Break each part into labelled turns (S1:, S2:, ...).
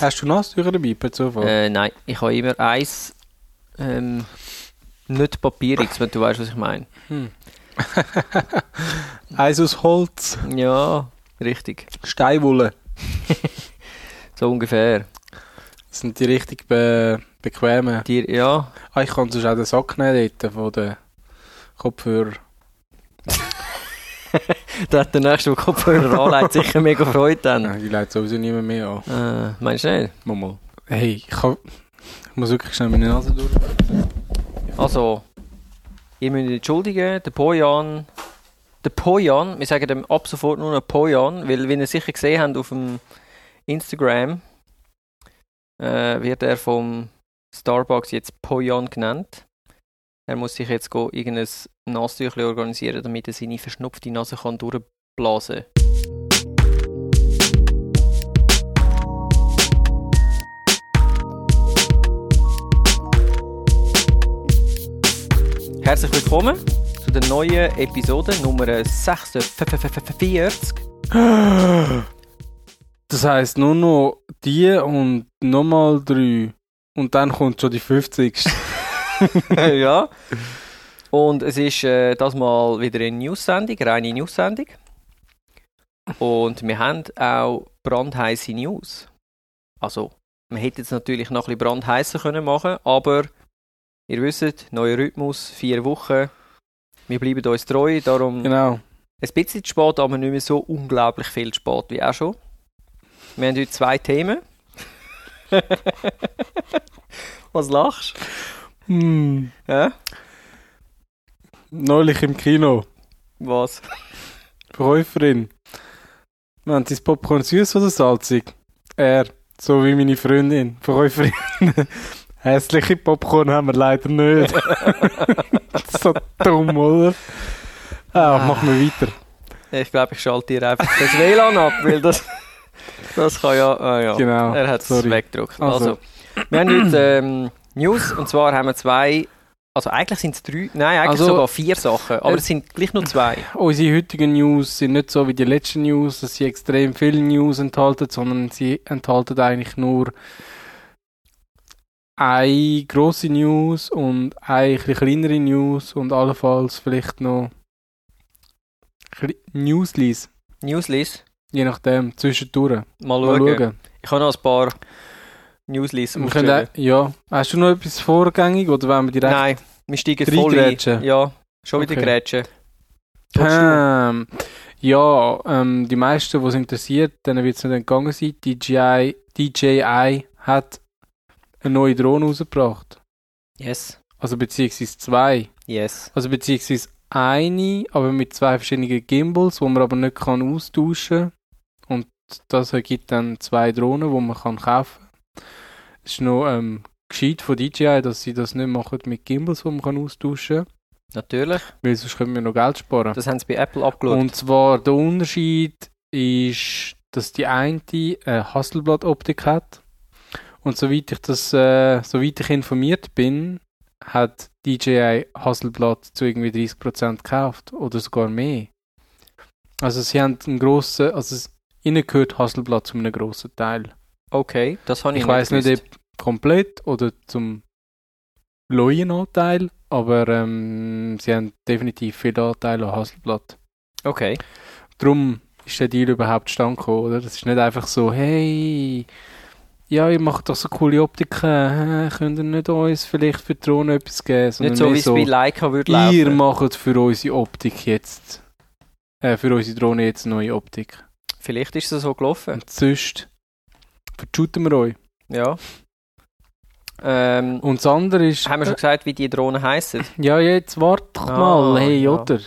S1: Hast du Nasentücher dabei, per Zufall?
S2: Äh, nein, ich habe immer eins, ähm, nicht papieriges, wenn du weißt, was ich meine.
S1: Äh. Eins aus Holz,
S2: Ja, richtig.
S1: Steinwolle.
S2: So ungefähr.
S1: Das sind die richtig be bequemen.
S2: Dir, ja,
S1: Ah, ich kann sonst auch den Sack nehmen dort von den Kopfhörern.
S2: da hat der nächste, der Kopfhörer anlegt, sicher mega Freude
S1: Ja,
S2: dann.
S1: die leitet sowieso niemand mehr an.
S2: Äh, meinst du nicht?
S1: Mal, mal. Hey, ich, kann, ich muss wirklich schnell meine Nase durch.
S2: Also, ihr müsst euch entschuldigen, der Pojan. Der Pojan, wir sagen dem ab sofort nur noch Pojan, weil, wie ihr sicher gesehen habt auf dem Instagram, äh, wird er vom Starbucks jetzt Pojan genannt. Er muss sich jetzt go irgendein Nasentüchli organisieren, damit er seine verschnupfte Nase kann durchblasen Herzlich willkommen zu der neuen Episode Nummer 46.
S1: Das heisst nur noch die und nochmal drei. Und dann kommt schon die 50.
S2: ja. Und es ist äh, das mal wieder eine News-Sendung, reine News-Sendung. Und wir haben auch brandheiße News. Also, man hätte jetzt natürlich noch ein bisschen brandheißer können machen, aber ihr wisst, neuer Rhythmus, vier Wochen. Wir bleiben uns treu, darum
S1: genau.
S2: ein bisschen zu spät, aber nicht mehr so unglaublich viel zu spät wie auch schon. Wir haben heute zwei Themen. Was lachst
S1: Hm,
S2: du? Hä?
S1: neulich im Kino.
S2: Was?
S1: Verkäuferin. Meint sie das Popcorn süß oder salzig? Er, so wie meine Freundin. Verkäuferin. Hässliche Popcorn haben wir leider nicht. so dumm, oder? Ah, machen wir weiter.
S2: Ich glaube, ich schalte dir einfach das WLAN ab, weil das, das kann ja. Ah, ja.
S1: Genau.
S2: Er hat es
S1: sorry.
S2: weggedruckt. Also.
S1: Also.
S2: wir haben heute ähm, News und zwar haben wir zwei. Also eigentlich sind es drei, nein, eigentlich
S1: Also-
S2: sogar vier Sachen, aber
S1: Äh,
S2: es sind gleich nur zwei.
S1: Unsere heutigen News sind nicht so wie die letzten News, dass sie extrem viel News enthalten, sondern sie enthalten eigentlich nur eine grosse News und eine etwas kleinere News und allenfalls vielleicht noch Kle- Newslies,
S2: Newslies,
S1: je nachdem, zwischendurch.
S2: mal
S1: Mal
S2: schauen.
S1: schauen.
S2: Ich habe noch ein paar Newslies
S1: Wir können auch, ja. Hast du noch etwas vorgängig oder wollen wir direkt...
S2: Nein, wir steigen
S1: Drei
S2: voll ein.
S1: Grätschen.
S2: Ja, schon wieder
S1: Okay.
S2: Grätschen. Willst du?
S1: Ähm, ja, ähm, die meisten, die es interessiert, denen wird es nicht entgangen sein. DJI, DJI hat eine neue Drohne rausgebracht.
S2: Yes,
S1: Also beziehungsweise zwei.
S2: yes.
S1: Also beziehungsweise eine, aber mit zwei verschiedenen Gimbals, die man aber nicht kann austauschen kann. Und das ergibt dann zwei Drohnen, die man kann kaufen kann. Es ist noch ähm, gescheit von DJI, dass sie das nicht machen mit Gimbals, die man kann austauschen kann.
S2: Natürlich.
S1: Weil sonst können wir noch Geld sparen.
S2: Das haben sie bei Apple abgeschaut.
S1: Und zwar der Unterschied ist, dass die eine eine Hasselblatt-Optik hat. Und soweit ich das, äh, soweit ich informiert bin, hat DJI Hasselblatt zu irgendwie 30% gekauft oder sogar mehr. Also sie haben einen grossen, also es- ihnen gehört Hasselblatt zu einem grossen Teil.
S2: Okay, das habe ich,
S1: Ich weiß nicht,
S2: gewusst.
S1: ob komplett oder zum neuen Anteil, aber ähm, sie haben definitiv viele Anteile an Hasselblatt.
S2: Okay.
S1: Darum ist der Deal überhaupt stand gekommen, oder? Das ist nicht einfach so, hey, ja, ihr macht doch so coole Optiken, hä, könnt ihr nicht uns vielleicht für die Drohne etwas geben?
S2: Nicht
S1: Sondern
S2: so,
S1: mehr
S2: wie es bei Leica würde laufen.
S1: ihr macht für unsere Optik jetzt, äh, für unsere Drohne jetzt eine neue Optik.
S2: Vielleicht ist es so gelaufen.
S1: Und sonst verschütten wir euch.
S2: Ja. Ähm,
S1: Und das andere ist,
S2: haben wir schon gesagt, wie die Drohnen heißen?
S1: ja, jetzt warte doch
S2: Ah,
S1: mal, hey,
S2: ja.
S1: oder?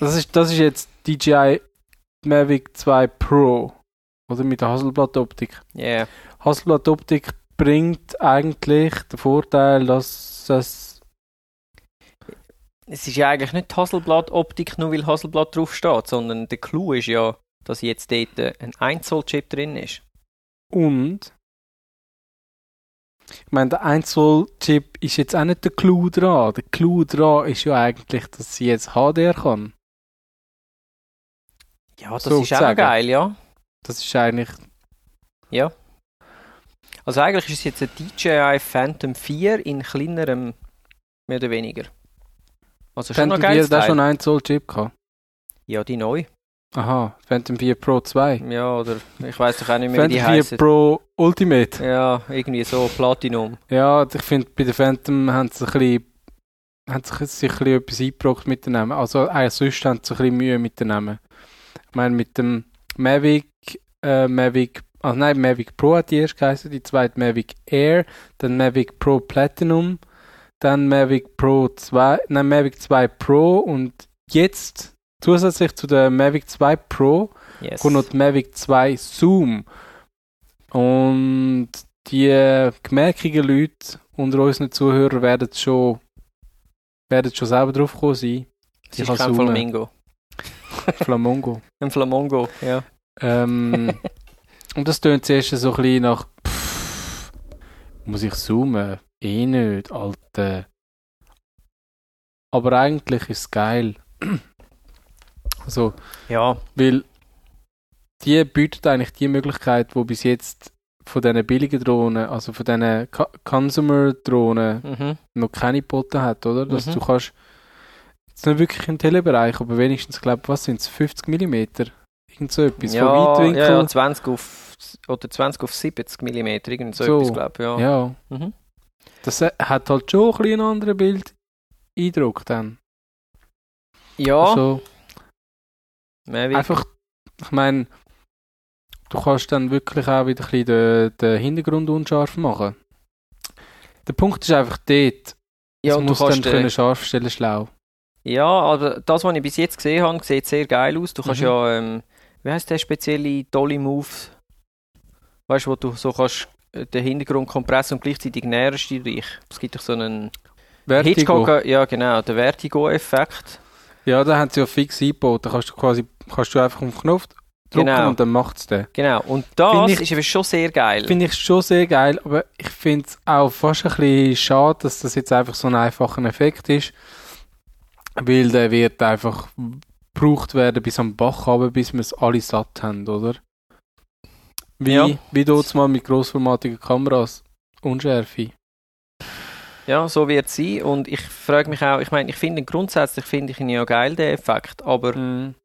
S1: Das ist, das ist jetzt DJI Mavic 2 Pro, oder? Mit der Hasselblatt-Optik.
S2: yeah.
S1: Hasselblatt-Optik bringt eigentlich den Vorteil, dass es.
S2: Es ist ja eigentlich nicht die Hasselblatt-Optik, nur weil Hasselblatt draufsteht, sondern der Clou ist ja, dass jetzt dort äh, ein 1 Zoll Chip drin ist.
S1: Und. Ich meine, der 1 Zoll Chip ist jetzt auch nicht der Clou dran. Der Clou dran ist ja eigentlich, dass sie jetzt HDR kann.
S2: Ja, das
S1: So
S2: ist auch
S1: sagen.
S2: geil, ja.
S1: Das ist eigentlich.
S2: Ja. Also eigentlich ist es jetzt ein DJI Phantom 4 in kleinerem, mehr oder weniger. Also schon
S1: Phantom
S2: noch geiles
S1: 4, da schon
S2: Teil.
S1: 1 Zoll Chip gehabt.
S2: Ja, die neu.
S1: Aha, Phantom 4 Pro 2.
S2: Ja, oder ich weiß doch auch nicht mehr,
S1: Phantom
S2: wie die
S1: 4
S2: heißen.
S1: Pro Ultimate.
S2: Ja, irgendwie so Platinum.
S1: Ja, ich finde, bei den Phantom haben sie ein bisschen, haben sie sich ein bisschen etwas eingebracht mit den Namen. Also, auch sonst haben sie ein bisschen Mühe mit den Namen. Ich meine, mit dem Mavic, äh, Mavic, also nein, Mavic Pro hat die erst geheißen, die zweite Mavic Air, dann Mavic Pro Platinum, dann Mavic Pro 2, nein, Mavic 2 Pro und jetzt zusätzlich zu der Mavic 2 Pro
S2: Yes.
S1: kommt noch die Mavic 2 Zoom. Und die gemerkigen Leute unter unseren Zuhörern werden schon, werden schon selber drauf gekommen sein.
S2: Das
S1: ich
S2: ist
S1: kann
S2: kein
S1: zoomen.
S2: Flamingo.
S1: Flamongo.
S2: Ein Flamongo, ja.
S1: ähm, und das tönt zuerst so ein bisschen nach pff, muss ich zoomen? Eh nicht, Alter. Aber eigentlich ist es geil. also,
S2: Ja,
S1: Weil die bietet eigentlich die Möglichkeit, wo bis jetzt von diesen billigen Drohnen, also von diesen Co- Consumer-Drohnen
S2: mhm.
S1: noch keine geboten hat, oder? Dass
S2: Mhm.
S1: du kannst, jetzt nicht wirklich im Telebereich, aber wenigstens, glaube was sind es, 50 mm? Irgend so etwas,
S2: ja,
S1: von Weitwinkel.
S2: ja, ja, 20 auf, oder 20 auf 70 mm, irgend so,
S1: So.
S2: etwas, glaube ich. Ja.
S1: Ja,
S2: Mhm.
S1: das äh, hat halt schon ein bisschen einen anderen Bild Eindruck dann.
S2: ja
S1: Also,
S2: Mavic.
S1: Einfach, ich meine, du kannst dann wirklich auch wieder ein bisschen den, den Hintergrund unscharf machen. Der Punkt ist einfach dort,
S2: ja,
S1: es
S2: und du
S1: muss dann
S2: kannst, äh,
S1: können scharf stellen, schlau.
S2: Ja, aber das, was ich bis jetzt gesehen habe, sieht sehr geil aus. Du kannst
S1: Mhm.
S2: ja, ähm, wie heißt der spezielle Dolly Move? Weißt du, wo du so kannst äh, den Hintergrund kompressen und gleichzeitig näherst du dich. Es gibt doch so einen
S1: Vertigo.
S2: Hitchcock, ja genau, den Vertigo-Effekt.
S1: Ja, da haben sie ja fix eingebaut, da kannst du quasi, kannst du einfach auf den Knopf drücken
S2: Genau.
S1: und dann macht es den.
S2: Genau. Und
S1: Find
S2: das
S1: ich-
S2: ist eben schon sehr geil.
S1: Finde ich schon sehr geil, aber ich finde es auch fast ein bisschen schade, dass das jetzt einfach so ein einfacher Effekt ist, weil der wird einfach gebraucht werden bis am Bach runter, bis wir es alle satt haben, oder? Wie,
S2: Ja.
S1: wie dort mal mit grossformatigen Kameras. Unschärfe.
S2: Ja, so wird es sein. Und ich frage mich auch, ich meine, ich finde ihn grundsätzlich finde ich ihn ja geil, den Effekt. Aber eben,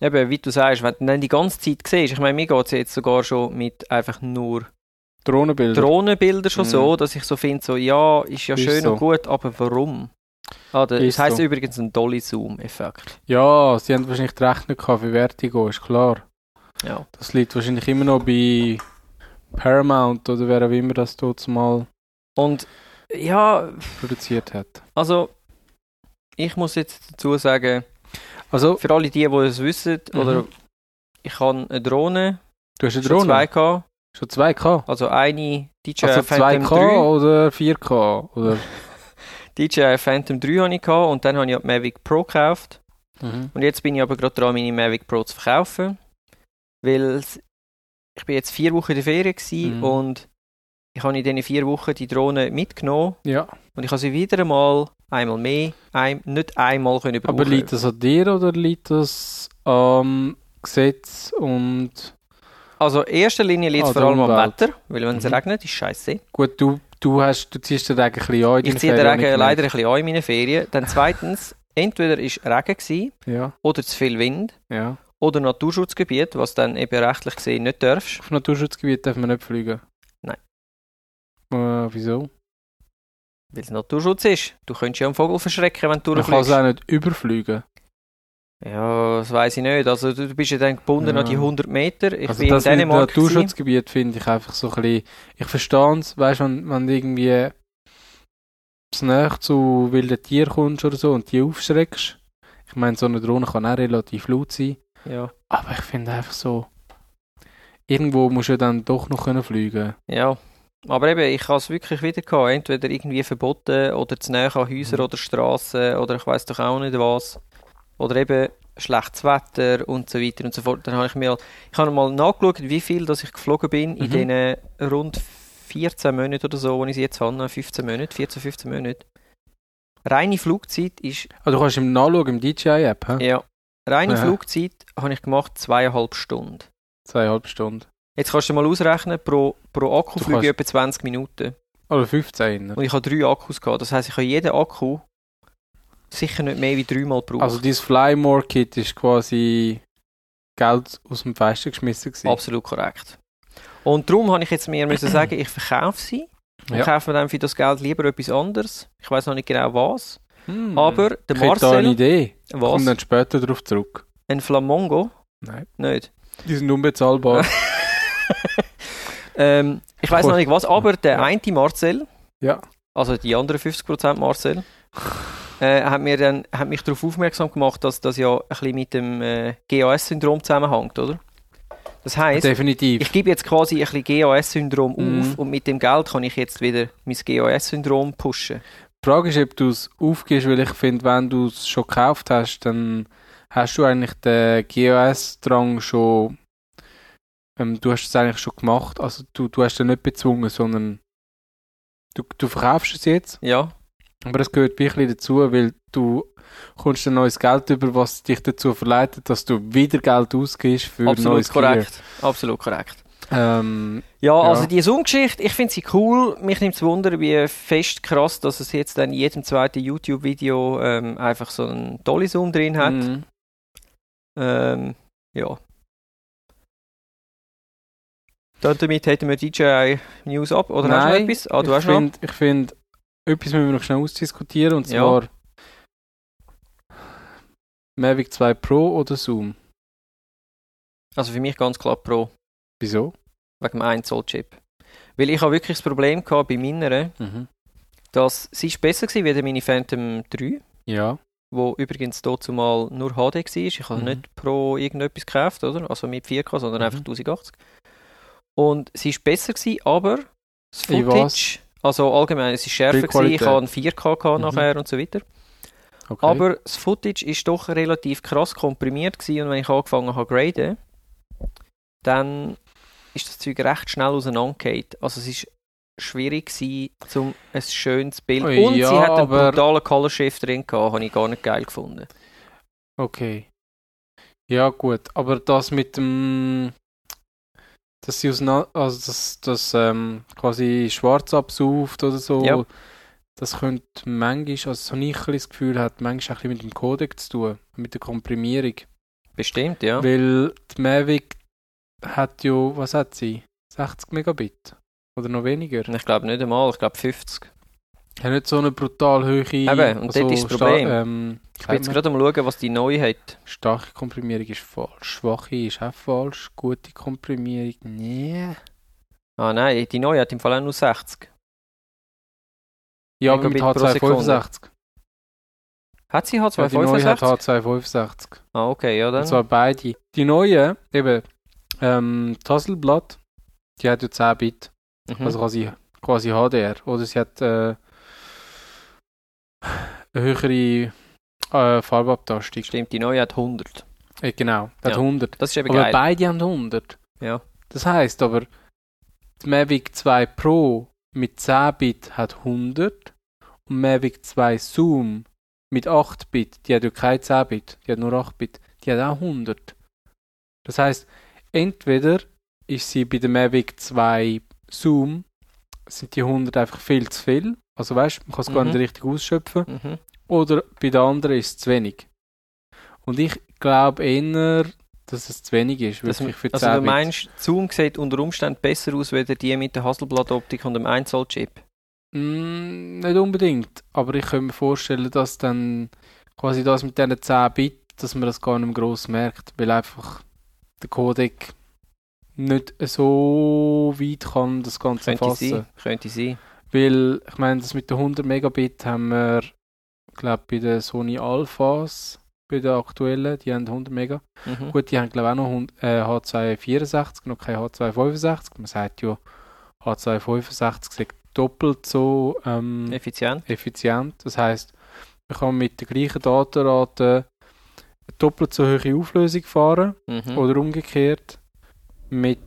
S2: wie du sagst, wenn du ihn dann die ganze Zeit siehst, ich meine, mir geht es jetzt sogar schon mit einfach nur
S1: Drohnenbilder.
S2: Drohnenbilder schon
S1: Mhm.
S2: so, dass ich so finde, so, ja, ist ja
S1: Ist
S2: schön
S1: so.
S2: und gut, aber warum? Ah, da- das
S1: Ist
S2: heisst
S1: so.
S2: übrigens ein Dolly-Zoom-Effekt.
S1: ja, sie haben wahrscheinlich die Rechnung gehabt für Vertigo, ist klar.
S2: Ja.
S1: Das liegt wahrscheinlich immer noch bei Paramount oder wer auch immer das dort mal
S2: Und ja,
S1: produziert hat.
S2: also, ich muss jetzt dazu sagen,
S1: Also,
S2: für alle die, die es wissen,
S1: Mhm.
S2: oder ich habe eine Drohne,
S1: du hast eine
S2: schon
S1: Drohne.
S2: zwei gehabt,
S1: Schon 2K?
S2: also eine DJI
S1: Also
S2: Phantom
S1: 2K
S2: 3.
S1: oder 4K? Oder?
S2: DJI Phantom 3 habe ich gehabt und dann habe ich die Mavic Pro gekauft. Und jetzt bin ich aber gerade dran, meine Mavic Pro zu verkaufen, weil s- ich bin jetzt vier Wochen in der Ferien gsi
S1: Mhm.
S2: und ich habe in diesen vier Wochen die Drohne mitgenommen
S1: Ja,
S2: und ich habe sie wieder einmal, einmal mehr, ein, nicht einmal können
S1: aber
S2: brauchen.
S1: liegt das an dir oder liegt das am Gesetz und
S2: Also in erster Linie liegt es
S1: Ah,
S2: vor
S1: der
S2: allem am
S1: Umwelt.
S2: Wetter, weil wenn es
S1: Mhm.
S2: regnet, ist scheiße.
S1: gut, du, du hast, du ziehst den Regen ein bisschen an. in
S2: Ich
S1: deinen
S2: ziehe den
S1: Ferien,
S2: Regen
S1: habe ich
S2: leider ein bisschen an in meinen Ferien. Dann zweitens, entweder ist Regen gewesen,
S1: gemerkt. Ja,
S2: oder zu viel Wind
S1: ja.
S2: oder Naturschutzgebiet, was dann eben rechtlich gesehen nicht darfst.
S1: Auf Naturschutzgebiet darf man nicht fliegen.
S2: Nein.
S1: Äh, wieso?
S2: Weil es Naturschutz ist. Du könntest ja einen Vogel verschrecken, wenn du
S1: Man kann es
S2: durchfliegst.
S1: auch nicht überfliegen.
S2: Ja, das weiß ich nicht. Also du du bist ja dann gebunden
S1: Ja.
S2: an die 100 Meter. Ich
S1: also
S2: bin in
S1: das mit dem
S2: Dänemark. gewesen.
S1: Naturschutzgebiet finde ich einfach so ein bisschen... Ich verstehe es, weißt du, wenn, wenn du irgendwie zu nahe zu wilden Tieren kommst oder so und die aufschreckst. Ich meine, so eine Drohne kann auch relativ laut sein.
S2: Ja.
S1: Aber ich finde einfach so, irgendwo musst du ja dann doch noch können fliegen
S2: ja. Aber eben, ich habe es wirklich wieder gehabt. Entweder irgendwie verboten oder zu nahe an Häuser
S1: Mhm.
S2: oder Straßen oder ich weiß doch auch nicht was. Oder eben schlechtes Wetter und so weiter und so fort. Dann habe ich mir ich habe mal nachgeschaut, wie viel dass ich geflogen bin in
S1: Mhm.
S2: diesen rund 14 Monaten oder so, die ich jetzt habe. 15 Monate, 14, 15 Monate. Reine Flugzeit ist
S1: Also du kannst im Nachschauen im DJI-App, hä?
S2: Ja. Reine
S1: Ja.
S2: Flugzeit habe ich gemacht zweieinhalb Stunden.
S1: Zweieinhalb Stunden.
S2: Jetzt kannst du mal ausrechnen, pro, pro Akku
S1: Du
S2: fliege ich
S1: kannst-
S2: etwa 20 Minuten.
S1: Oder 15.
S2: Und ich habe drei Akkus gehabt. Das heisst, ich habe jeden Akku sicher nicht mehr wie dreimal gebraucht.
S1: Also dein Flymore-Kit ist quasi Geld aus dem Fenster geschmissen gewesen.
S2: Absolut korrekt. Und darum habe ich jetzt mir müssen sagen, ich verkaufe sie und
S1: Ja.
S2: kaufe mir dann für das Geld lieber etwas anderes. Ich weiß noch nicht genau was.
S1: Hm.
S2: Aber der
S1: ich hätte da eine
S2: Marcel,
S1: Idee. Kommt
S2: was?
S1: dann später darauf zurück.
S2: Ein Flamongo?
S1: Nein.
S2: Nicht.
S1: Die sind unbezahlbar.
S2: Ähm, ich weiß noch nicht was, aber der
S1: Ja.
S2: eine Marcel,
S1: Ja.
S2: also die anderen 50% Marcel, äh, hat, mir dann, hat mich darauf aufmerksam gemacht, dass das ja ein bisschen mit dem äh, GAS-Syndrom zusammenhängt, oder? Das heisst,
S1: Definitiv.
S2: ich gebe jetzt quasi ein bisschen GAS-Syndrom
S1: Mhm.
S2: auf und mit dem Geld kann ich jetzt wieder mein GAS-Syndrom pushen.
S1: Die Frage ist, ob du es aufgibst, weil ich finde, wenn du es schon gekauft hast, dann hast du eigentlich den GOS-Drang schon. Ähm, du hast es eigentlich schon gemacht. Also du, du hast den nicht bezwungen, sondern du, du verkaufst es jetzt.
S2: Ja,
S1: Aber es gehört ein bisschen dazu, weil du kommst ein neues Geld über, was dich dazu verleitet, dass du wieder Geld ausgibst für
S2: absolut
S1: neues
S2: korrekt. Absolut korrekt.
S1: Gear. Ähm,
S2: Ja,
S1: Ja.
S2: also die Zoom-Geschichte, ich finde sie cool. Mich nimmt es Wunder, wie fest krass, dass es jetzt dann in jedem zweiten YouTube-Video ähm, einfach so einen dolly Zoom drin hat.
S1: mhm.
S2: Ähm, ja. Dann damit hätten wir DJI News ab. Oder hast du
S1: Nein,
S2: noch etwas? Ah, du
S1: ich
S2: hast noch?
S1: finde, ich find, etwas müssen wir noch schnell ausdiskutieren, und
S2: Ja.
S1: zwar Mavic 2 Pro oder Zoom.
S2: Also für mich ganz klar Pro.
S1: Wieso?
S2: wegen dem 1 Zoll Chip. Weil ich habe wirklich das Problem gehabt bei meiner, dass sie ist besser gewesen wie der Mini Phantom 3,
S1: Ja.
S2: wo übrigens dazu mal nur HD war. Ich habe
S1: Mhm.
S2: nicht pro irgendetwas gekauft, oder? Also mit 4K, sondern
S1: Mhm.
S2: einfach 1080. Und sie ist besser gewesen, aber das
S1: Ich
S2: Footage, also allgemein, es ist schärfer
S1: Die
S2: gewesen. Ich
S1: Qualität.
S2: habe einen 4K gehabt
S1: Mhm.
S2: nachher und so weiter.
S1: Okay.
S2: Aber das Footage ist doch relativ krass komprimiert gewesen und wenn ich angefangen habe zu graden, dann ist das Zeug recht schnell auseinandergefallen. Also es ist schwierig gewesen, zum ein schönes Bild.
S1: Ui,
S2: und sie
S1: ja,
S2: hat einen
S1: aber-
S2: brutalen Color Shift drin gehabt, habe ich gar nicht geil gefunden.
S1: Okay. Ja, gut. Aber das mit dem. Dass sie auseinander. Also, dass das ähm, quasi schwarz absauft oder so.
S2: Ja.
S1: Das könnte manchmal, also so ein bisschen das Gefühl hat, manchmal auch ein bisschen mit dem Codec zu tun. Mit der Komprimierung.
S2: Bestimmt, ja.
S1: Weil die Mavic hat ja. Was hat sie? 60 Megabit. Oder noch weniger.
S2: Ich glaube nicht einmal, ich glaube 50.
S1: Hat nicht so eine brutal hohe. also
S2: Eben, und dort ist das
S1: sta-
S2: Problem.
S1: Ähm,
S2: Ich bin jetzt gerade am schauen, was die neu hat.
S1: Starke Komprimierung ist falsch, schwache ist auch falsch, gute Komprimierung, nee.
S2: Ah nein, die neue hat im Fall auch nur 60.
S1: Ja, aber mit
S2: Megabit pro
S1: H265.
S2: Hat sie
S1: Ja, die neue hat
S2: H265?
S1: H265.
S2: Ah, okay, ja
S1: Und
S2: dann.
S1: zwar beide. Die neue, eben, ähm, Tasselblatt, die hat ja 10 Bit,
S2: Mhm.
S1: also quasi, quasi HDR. Oder sie hat äh, eine höhere äh, Farbabtastung.
S2: Stimmt, die neue hat 100.
S1: Äh, genau, hat
S2: Ja.
S1: 100.
S2: Das ist eben
S1: Aber
S2: geil.
S1: beide haben 100.
S2: Ja.
S1: Das heißt aber, die Mavic 2 Pro mit 10 Bit hat 100 und Mavic 2 Zoom mit 8 Bit, die hat ja kein 10 Bit, die hat nur 8 Bit, die hat auch 100. Das heißt, entweder ist sie bei der Mavic 2 Zoom sind die 100 einfach viel zu viel, also weißt, man kann es gar
S2: Mhm.
S1: nicht richtig ausschöpfen
S2: Mhm.
S1: oder bei der anderen ist es zu wenig. Und ich glaube eher, dass es zu wenig ist,
S2: Das-
S1: wirklich für
S2: Also
S1: 10
S2: du
S1: Bit.
S2: meinst, Zoom sieht unter Umständen besser aus, als die mit der Hasselblatt-Optik und dem 1 Zoll Chip.
S1: Mm, nicht unbedingt, aber ich könnte mir vorstellen, dass dann quasi das mit diesen 10 Bit, dass man das gar nicht mehr gross merkt, weil einfach der Codec nicht so weit kann das Ganze
S2: Könnte
S1: fassen.
S2: sein. Könnte sein.
S1: Weil, ich meine, das mit den 100 Megabit haben wir, glaube bei den Sony Alphas, bei den aktuellen, die haben 100 Mega.
S2: Mhm.
S1: Gut, die haben glaube ich auch noch hund- äh, H264, noch kein H265. Man sagt ja, H265 sei doppelt so ähm,
S2: Effizient.
S1: effizient. Das heißt, man kann mit der gleichen Datenrate eine doppelt so hohe Auflösung fahren
S2: Mhm.
S1: oder umgekehrt mit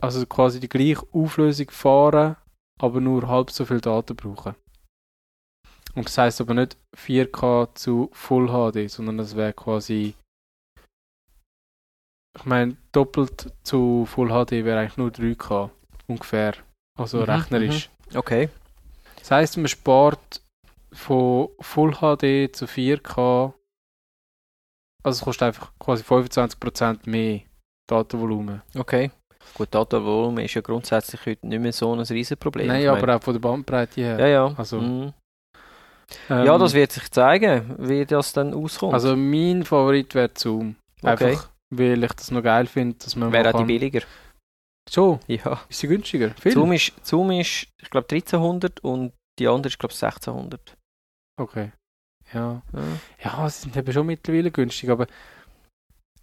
S1: also quasi die gleiche Auflösung fahren, aber nur halb so viel Daten brauchen. Und das heißt aber nicht 4K zu Full HD, sondern das wäre quasi ich meine, doppelt zu Full HD wäre eigentlich nur 3K ungefähr. Also
S2: Mhm,
S1: rechnerisch.
S2: Okay.
S1: Das heisst, man spart von Full HD zu 4K. Also es kostet einfach quasi 25% mehr Datenvolumen.
S2: Okay. Gut, Datenvolumen ist ja grundsätzlich heute nicht mehr so ein Riesenproblem.
S1: Nein,
S2: Ich meine-
S1: aber auch von der Bandbreite her.
S2: Ja, ja.
S1: Also,
S2: Mhm.
S1: Ähm,
S2: ja, das wird sich zeigen, wie das dann auskommt.
S1: Also mein Favorit wäre Zoom.
S2: okay.
S1: Einfach, weil ich das noch geil finde, dass man...
S2: Wäre
S1: mal
S2: auch die
S1: kann-
S2: billiger.
S1: Schon,
S2: Ja.
S1: ist sie günstiger? Viel?
S2: Zoom ist, Zoom ist, ich glaube, 1300 und die andere ist, glaube ich, 1600.
S1: Okay. Ja.
S2: Ja.
S1: Ja, sie sind eben schon mittlerweile günstig, aber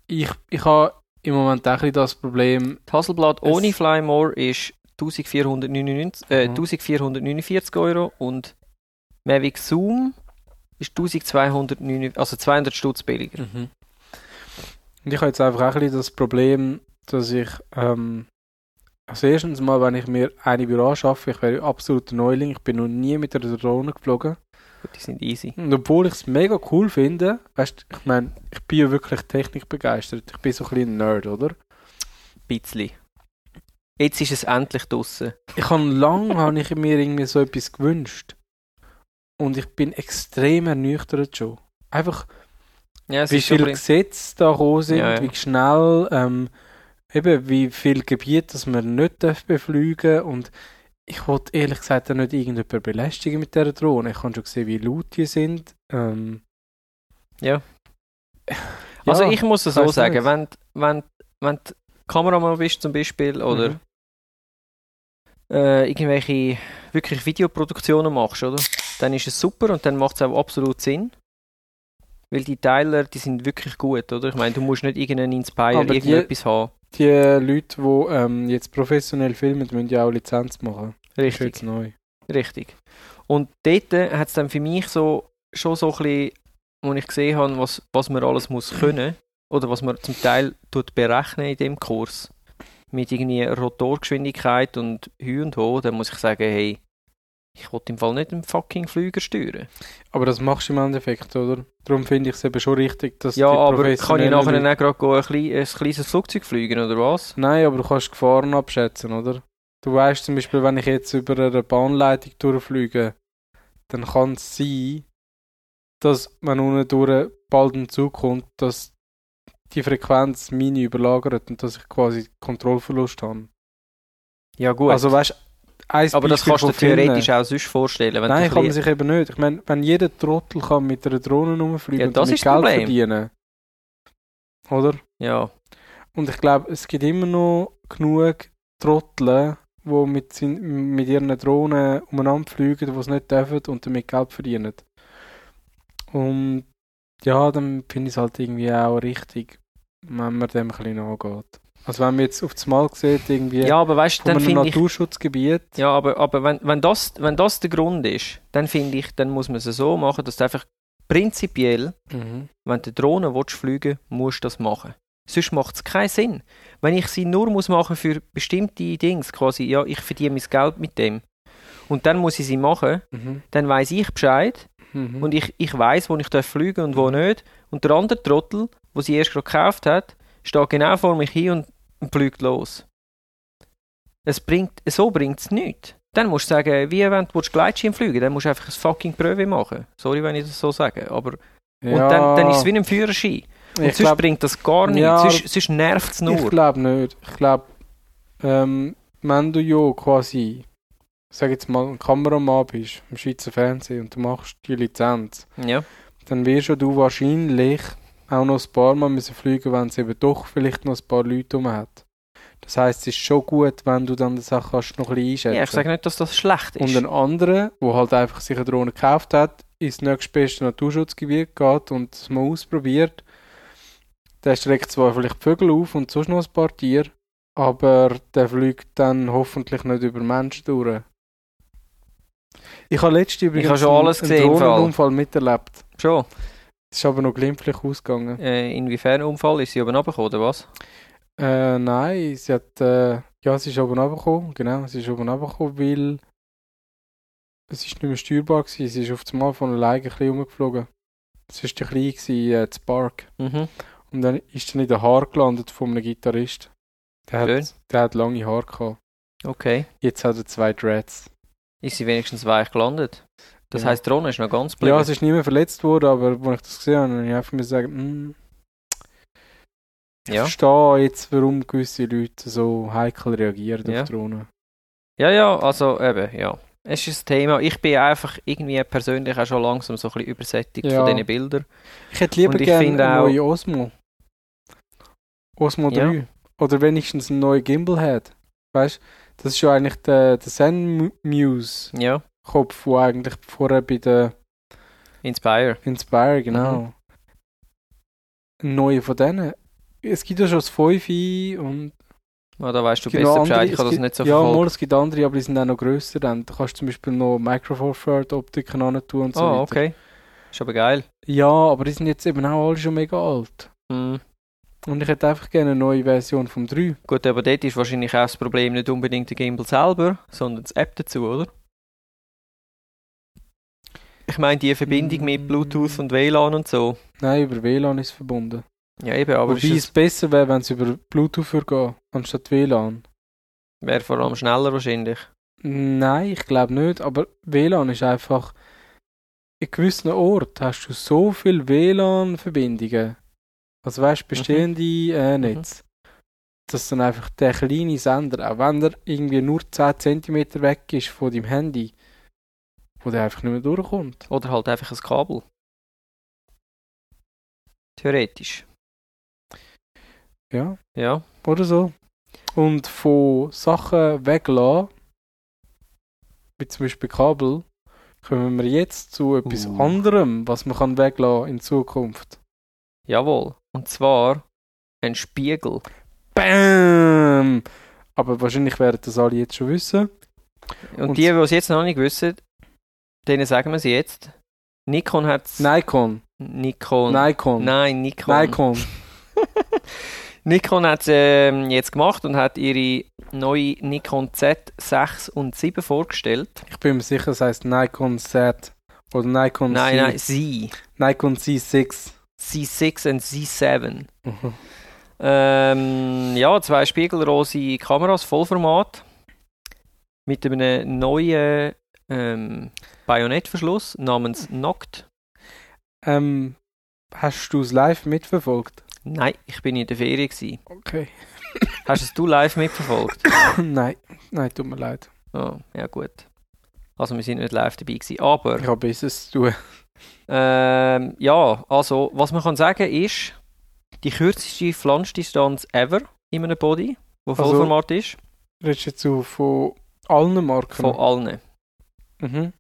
S1: ich, ich habe im Moment auch ein bisschen das Problem,
S2: Die Hasselblad
S1: Es-
S2: ohne Flymore ist 1499, äh,
S1: Mhm.
S2: 1449 Euro und Mavic Zoom ist 1299, also 200 Stutz billiger.
S1: Mhm. Und ich habe jetzt einfach auch ein bisschen das Problem, dass ich, ähm, also erstens mal, wenn ich mir eine Büro anschaffe, ich wäre absoluter Neuling, ich bin noch nie mit einer Drohne geflogen.
S2: Gut, die sind easy.
S1: Und obwohl ich es mega cool finde, weißt du, ich meine, ich bin ja wirklich technikbegeistert, ich bin so ein bisschen ein Nerd, oder?
S2: Bisschen. Jetzt ist es endlich draussen.
S1: Ich habe lange habe ich mir irgendwie so etwas gewünscht. Und ich bin extrem ernüchtert schon. Einfach,
S2: Ja, es
S1: wie
S2: ist schon
S1: viele
S2: brin-
S1: Gesetze da gekommen sind,
S2: Ja, ja.
S1: wie schnell, ähm, eben wie viel Gebiet, das man nicht darf befliegen und ich wollte ehrlich gesagt auch nicht irgendjemanden belästigen mit dieser Drohne. Ich habe schon gesehen, wie laut die sind. Ähm,
S2: Ja. Also ich muss es so
S1: weiss ich
S2: sagen,
S1: nicht.
S2: wenn, wenn, wenn du Kameramann bist zum Beispiel oder
S1: Mhm.
S2: äh, irgendwelche wirklich Videoproduktionen machst, oder? Dann ist es super und dann macht es auch absolut Sinn. Weil die Teiler, die sind wirklich gut, oder? Ich meine, du musst nicht irgendeinen Inspire,
S1: Aber die-
S2: irgendetwas haben.
S1: Die Leute, die ähm, jetzt professionell filmen, müssen ja auch Lizenz machen. Das ist
S2: Richtig,
S1: jetzt neu.
S2: richtig. Und dort hat es dann für mich so, schon so ein bisschen, wo ich gesehen habe, was, was man alles muss können oder was man zum Teil tut berechnen in dem Kurs. Mit irgendwie Rotorgeschwindigkeit und Hü und Ho, dann muss ich sagen, hey, ich will im Fall nicht einen fucking Flüger steuern.
S1: Aber das machst du im Endeffekt, oder? Darum finde ich es eben schon richtig, dass
S2: Ja,
S1: die
S2: aber kann ich
S1: professionellen
S2: nachher
S1: Leute-
S2: dann auch gerade go ein, klein, ein kleines Flugzeug fliegen, oder was?
S1: Nein, aber du kannst Gefahren abschätzen, oder? Du weißt zum Beispiel, wenn ich jetzt über eine Bahnleitung durchfliege, dann kann es sein, dass wenn unten durch bald ein Zug kommt, dass die Frequenz meine überlagert und dass ich quasi Kontrollverlust habe.
S2: Ja gut,
S1: Also weißt du, ein
S2: aber das
S1: Beispiel
S2: kannst du
S1: von
S2: dir
S1: vielen.
S2: theoretisch auch sonst vorstellen. Wenn
S1: Nein,
S2: du
S1: kann
S2: ein
S1: man
S2: bisschen-
S1: sich eben nicht. Ich meine, wenn jeder Trottel kann mit einer Drohne rumfliegen
S2: Ja,
S1: und
S2: das
S1: damit
S2: ist das
S1: Geld
S2: Problem.
S1: verdienen. Oder?
S2: ja,
S1: Und ich glaube, es gibt immer noch genug Trottel, die mit, sin- mit ihren Drohnen umeinander fliegen, die es nicht dürfen und damit Geld verdienen. Und ja, dann finde ich es halt irgendwie auch richtig, wenn man dem ein bisschen angeht. Also wenn man jetzt auf das Mal sieht, irgendwie
S2: ja, aber weißt du,
S1: von
S2: dann
S1: einem
S2: finde ich...
S1: Naturschutzgebiet,
S2: Ja, aber, aber wenn, wenn, das, wenn das der Grund ist, dann finde ich, dann muss man es so machen, dass du einfach prinzipiell, wenn du Drohnen willst, fliegen musst du das machen. Sonst macht es keinen Sinn. Wenn ich sie nur muss machen für bestimmte Dings, quasi, ja, ich verdiene mein Geld mit dem, und dann muss ich sie machen,
S1: Mhm.
S2: dann weiß ich Bescheid,
S1: Mhm.
S2: Und ich, ich weiß, wo ich darf fliegen und wo nicht. Und der andere Trottel, wo sie erst gerade gekauft hat, steht genau vor mich hin und, und fliegt los. Es bringt, so bringt es nichts. Dann musst du sagen, wie wenn du willst Gleitschirm fliegen dann musst du einfach ein fucking Prüfe machen. Sorry, wenn ich das so sage. Aber, Und
S1: Ja,
S2: dann, dann ist es wie ein Führerschein. Und
S1: mhm. ich
S2: sonst
S1: glaub-
S2: bringt das gar nichts.
S1: Ja,
S2: sonst sonst nervt
S1: Ich
S2: es nur.
S1: glaube nicht. Ich glaube, ähm, wenn du ja quasi, sag jetzt mal, ein Kameramann bist im Schweizer Fernsehen und du machst die Lizenz,
S2: Ja.
S1: dann wirst ja du wahrscheinlich auch noch ein paar Mal müssen fliegen, wenn es eben doch vielleicht noch ein paar Leute rum hat. Das heisst, es ist schon gut, wenn du dann die Sache kannst noch ein bisschen
S2: ja, ich
S1: einschätzen
S2: sage nicht, dass das schlecht ist.
S1: Und ein anderer, der halt einfach sich eine Drohne gekauft hat, ins nächstbeste Naturschutzgebiet geht und es mal ausprobiert, der streckt zwar vielleicht Vögel auf und sonst noch ein paar Tiere, aber der fliegt dann hoffentlich nicht über Menschen durch. Ich habe letztens übrigens
S2: habe schon alles
S1: einen,
S2: gesehen im
S1: einen
S2: Fall.
S1: Drohnenunfall miterlebt.
S2: Schon.
S1: Es ist aber noch glimpflich ausgegangen.
S2: Äh, inwiefern Unfall ist sie oben runtergekommen, oder was?
S1: Äh, nein, sie hat. Äh, ja, sie ist oben runtergekommen. Genau, sie ist oben runtergekommen, weil. Es ist nicht mehr steuerbar gewesen. Sie ist auf einmal von alleine ein bisschen rumgeflogen. Es war der kleine gewesen, äh, Spark.
S2: Mhm.
S1: Und dann ist er in den Haar gelandet von einem Gitarrist. Der
S2: Schön.
S1: hat, der hat lange Haare gehabt.
S2: Okay.
S1: Jetzt hat er zwei Dreads.
S2: Ist sie wenigstens weich gelandet. Das
S1: Ja.
S2: heisst, die Drohne ist noch ganz
S1: Genau. Ja,
S2: geblieben.
S1: es ist nicht mehr verletzt worden, aber als ich das gesehen habe, habe ich einfach mir sagen, hm, ich
S2: Ja.
S1: verstehe jetzt, warum gewisse Leute so heikel reagieren
S2: Ja.
S1: auf Drohnen.
S2: Ja, ja, also eben, ja. Es ist ein Thema. Ich bin einfach irgendwie persönlich auch schon langsam so ein bisschen übersättigt
S1: Ja.
S2: von diesen Bildern.
S1: Ich hätte lieber
S2: Und ich
S1: gerne
S2: finde
S1: eine
S2: auch-
S1: neue Osmo. Osmo
S2: Ja.
S1: 3. Oder wenigstens eine neue Gimbal hat. Weißt du, das ist ja eigentlich der, der Zen-Muse-Kopf,
S2: Ja,
S1: der eigentlich vorher bei der
S2: Inspire.
S1: Inspire,
S2: Mhm.
S1: genau. Ein neuer von denen. Es gibt ja schon das 5i und
S2: Ja, Ah, da weißt du
S1: Genau,
S2: besser Bescheid.
S1: andere-
S2: Ich habe
S1: es
S2: das
S1: gibt-
S2: nicht so
S1: Ja, mal,
S2: verfolgt.
S1: es gibt andere, aber die sind auch noch grösser. Dann. Du kannst zum Beispiel noch Micro Four Third Optiken hin tun und so
S2: Ah,
S1: weiter.
S2: okay. Ist aber geil.
S1: Ja, aber die sind jetzt eben auch alle schon mega alt.
S2: Mhm.
S1: Und ich hätte einfach gerne eine neue Version vom 3.
S2: Gut, aber dort ist wahrscheinlich auch das Problem nicht unbedingt der Gimbal selber, sondern das App dazu, oder? Ich meine, die Verbindung
S1: Hm.
S2: mit Bluetooth und WLAN und so.
S1: Nein, über WLAN ist es verbunden.
S2: Ja, eben, aber
S1: Aber
S2: es
S1: Wobei es
S2: ist-
S1: besser wäre, wenn es über Bluetooth würde gehen, anstatt WLAN.
S2: wäre vor allem schneller wahrscheinlich.
S1: Nein, ich glaube nicht, aber WLAN ist einfach... In gewissen Orten hast du so viele WLAN-Verbindungen. Also
S2: Mhm.
S1: weißt du, bestehende äh, Netze. dass dann einfach der kleine Sender, auch wenn er irgendwie nur 10 cm weg ist von deinem Handy, wo der einfach nicht mehr durchkommt.
S2: Oder halt einfach ein Kabel. Theoretisch.
S1: Ja,
S2: Ja.
S1: oder so. Und von Sachen weglassen, wie zum Beispiel Kabel, kommen wir jetzt zu etwas
S2: Uh.
S1: anderem, was man kann weglassen in Zukunft.
S2: Jawohl. Und zwar ein Spiegel.
S1: Bam! Aber wahrscheinlich werden das alle jetzt schon wissen.
S2: Und,
S1: Und-
S2: die, die es jetzt noch nicht wissen, denen sagen wir es jetzt. Nikon hat es.
S1: Nikon.
S2: Nikon.
S1: Nikon.
S2: Nein, Nikon.
S1: Nikon.
S2: Nikon hat es ähm, jetzt gemacht und hat ihre neue Nikon Z6 und 7 vorgestellt.
S1: Ich bin mir sicher, es heißt Nikon Z oder Nikon
S2: nein,
S1: C.
S2: nein, sie.
S1: Nikon C6.
S2: C6 und C7. Ähm, ja, zwei spiegelrose Kameras, Vollformat. Mit einem neuen ähm, Bajonettverschluss namens Noct.
S1: Ähm, hast du es live mitverfolgt?
S2: Nein, ich bin in der Ferie. Gewesen.
S1: Okay.
S2: Hast es du live mitverfolgt?
S1: nein, nein, tut mir leid.
S2: Ah, ja, gut. Also, wir sind nicht live dabei gewesen. Aber,
S1: Ich habe besseres zu tun.
S2: ähm, ja, also, was man kann sagen ist, die kürzeste Flanschdistanz ever in einem Body, wo
S1: Also-
S2: Vollformat ist,
S1: Redest du jetzt so von allen Marken?
S2: von allen.
S1: mhm.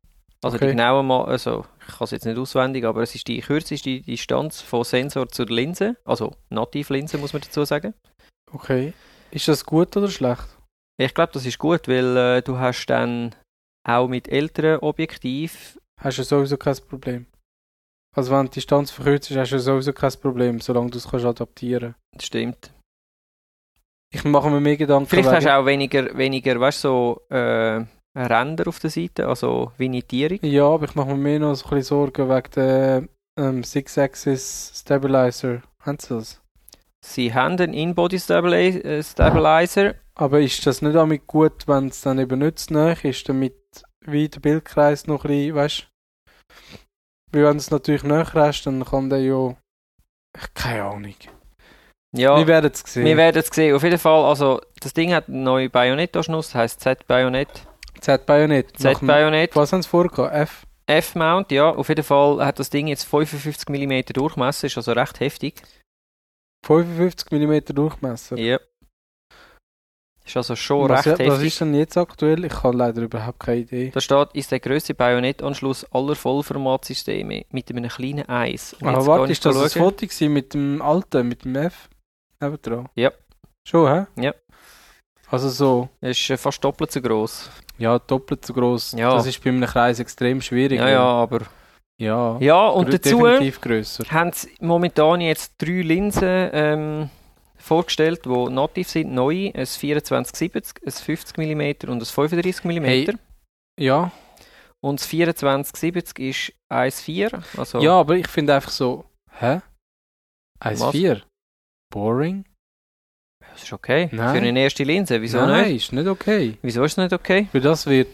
S2: Also
S1: Okay.
S2: die genaue Ma also ich kann es jetzt nicht auswendig, aber es ist die kürzeste Distanz von Sensor zur Linse, also Nativlinse muss man dazu sagen.
S1: Okay. Ist das gut oder schlecht?
S2: Ich glaube, das ist gut, weil äh, du hast dann auch mit älteren Objektiv
S1: Hast du sowieso kein Problem. Also wenn die Distanz verkürzt ist, hast du sowieso kein Problem, solange du es kannst adaptieren
S2: das stimmt.
S1: Ich mache mir mehr Gedanken.
S2: Vielleicht hast
S1: wegen-
S2: du auch weniger weniger, weißt du, so äh, Ränder auf der Seite, also Vignettierung.
S1: Ja, aber ich mache mir mehr noch so ein bisschen Sorgen wegen der ähm, Six-Axis Stabilizer. Haben sie das?
S2: Sie haben einen Inbody Stabili äh, Stabilizer.
S1: Aber ist das nicht damit gut, wenn es dann eben nicht zu nahe ist, damit wie der Bildkreis noch ein bisschen, weißt du? Weil wenn es natürlich näher ist, dann kann der ja... Ich- Keine Ahnung.
S2: Ja.
S1: Wir werden es sehen.
S2: wir werden es sehen. Auf jeden Fall, also das Ding hat einen neuen Bajonetto-Schnuss, heißt Z-Bajonett.
S1: Z-Bajonett. Nach dem-
S2: Z-Bajonett.
S1: Was haben sie vorgehabt? F?
S2: F-Mount, ja, auf jeden Fall hat das Ding jetzt 55 mm Durchmesser, ist also recht heftig.
S1: 55 mm Durchmesser.
S2: Ja. Ist also schon
S1: was,
S2: recht
S1: was
S2: heftig.
S1: ist denn jetzt aktuell? Ich habe leider überhaupt keine Idee.
S2: Da steht, ist der grösste Bajonettanschluss aller Vollformatsysteme mit einem kleinen Eis. Und
S1: Aber
S2: jetzt kann
S1: Ah, warte,
S2: ich
S1: ist das ein
S2: schauen.
S1: Foto gewesen mit dem alten, mit dem F? Nebendran?
S2: Ja.
S1: Schon, hä?
S2: Ja.
S1: Also so...
S2: Ist äh, fast doppelt so gross.
S1: Ja, doppelt so groß.
S2: Ja.
S1: Das ist bei einem Kreis extrem schwierig.
S2: Ja, ja, aber.
S1: Ja.
S2: Ja, und
S1: Grö-
S2: dazu
S1: Definitiv grösser.
S2: haben sie momentan jetzt drei Linsen ähm, vorgestellt, die nativ sind, neu. Ein 24-70, ein 50 mm und ein 35 mm.
S1: Hey, Ja.
S2: Und das 2470 ist 1,4. Also
S1: Ja, aber ich finde einfach so, hä?
S2: Was?
S1: 1,4? boring.
S2: Das ist okay.
S1: Nein.
S2: Für eine erste Linse, wieso
S1: Nein,
S2: nicht?
S1: ist nicht okay.
S2: Wieso ist es nicht okay?
S1: Weil das wird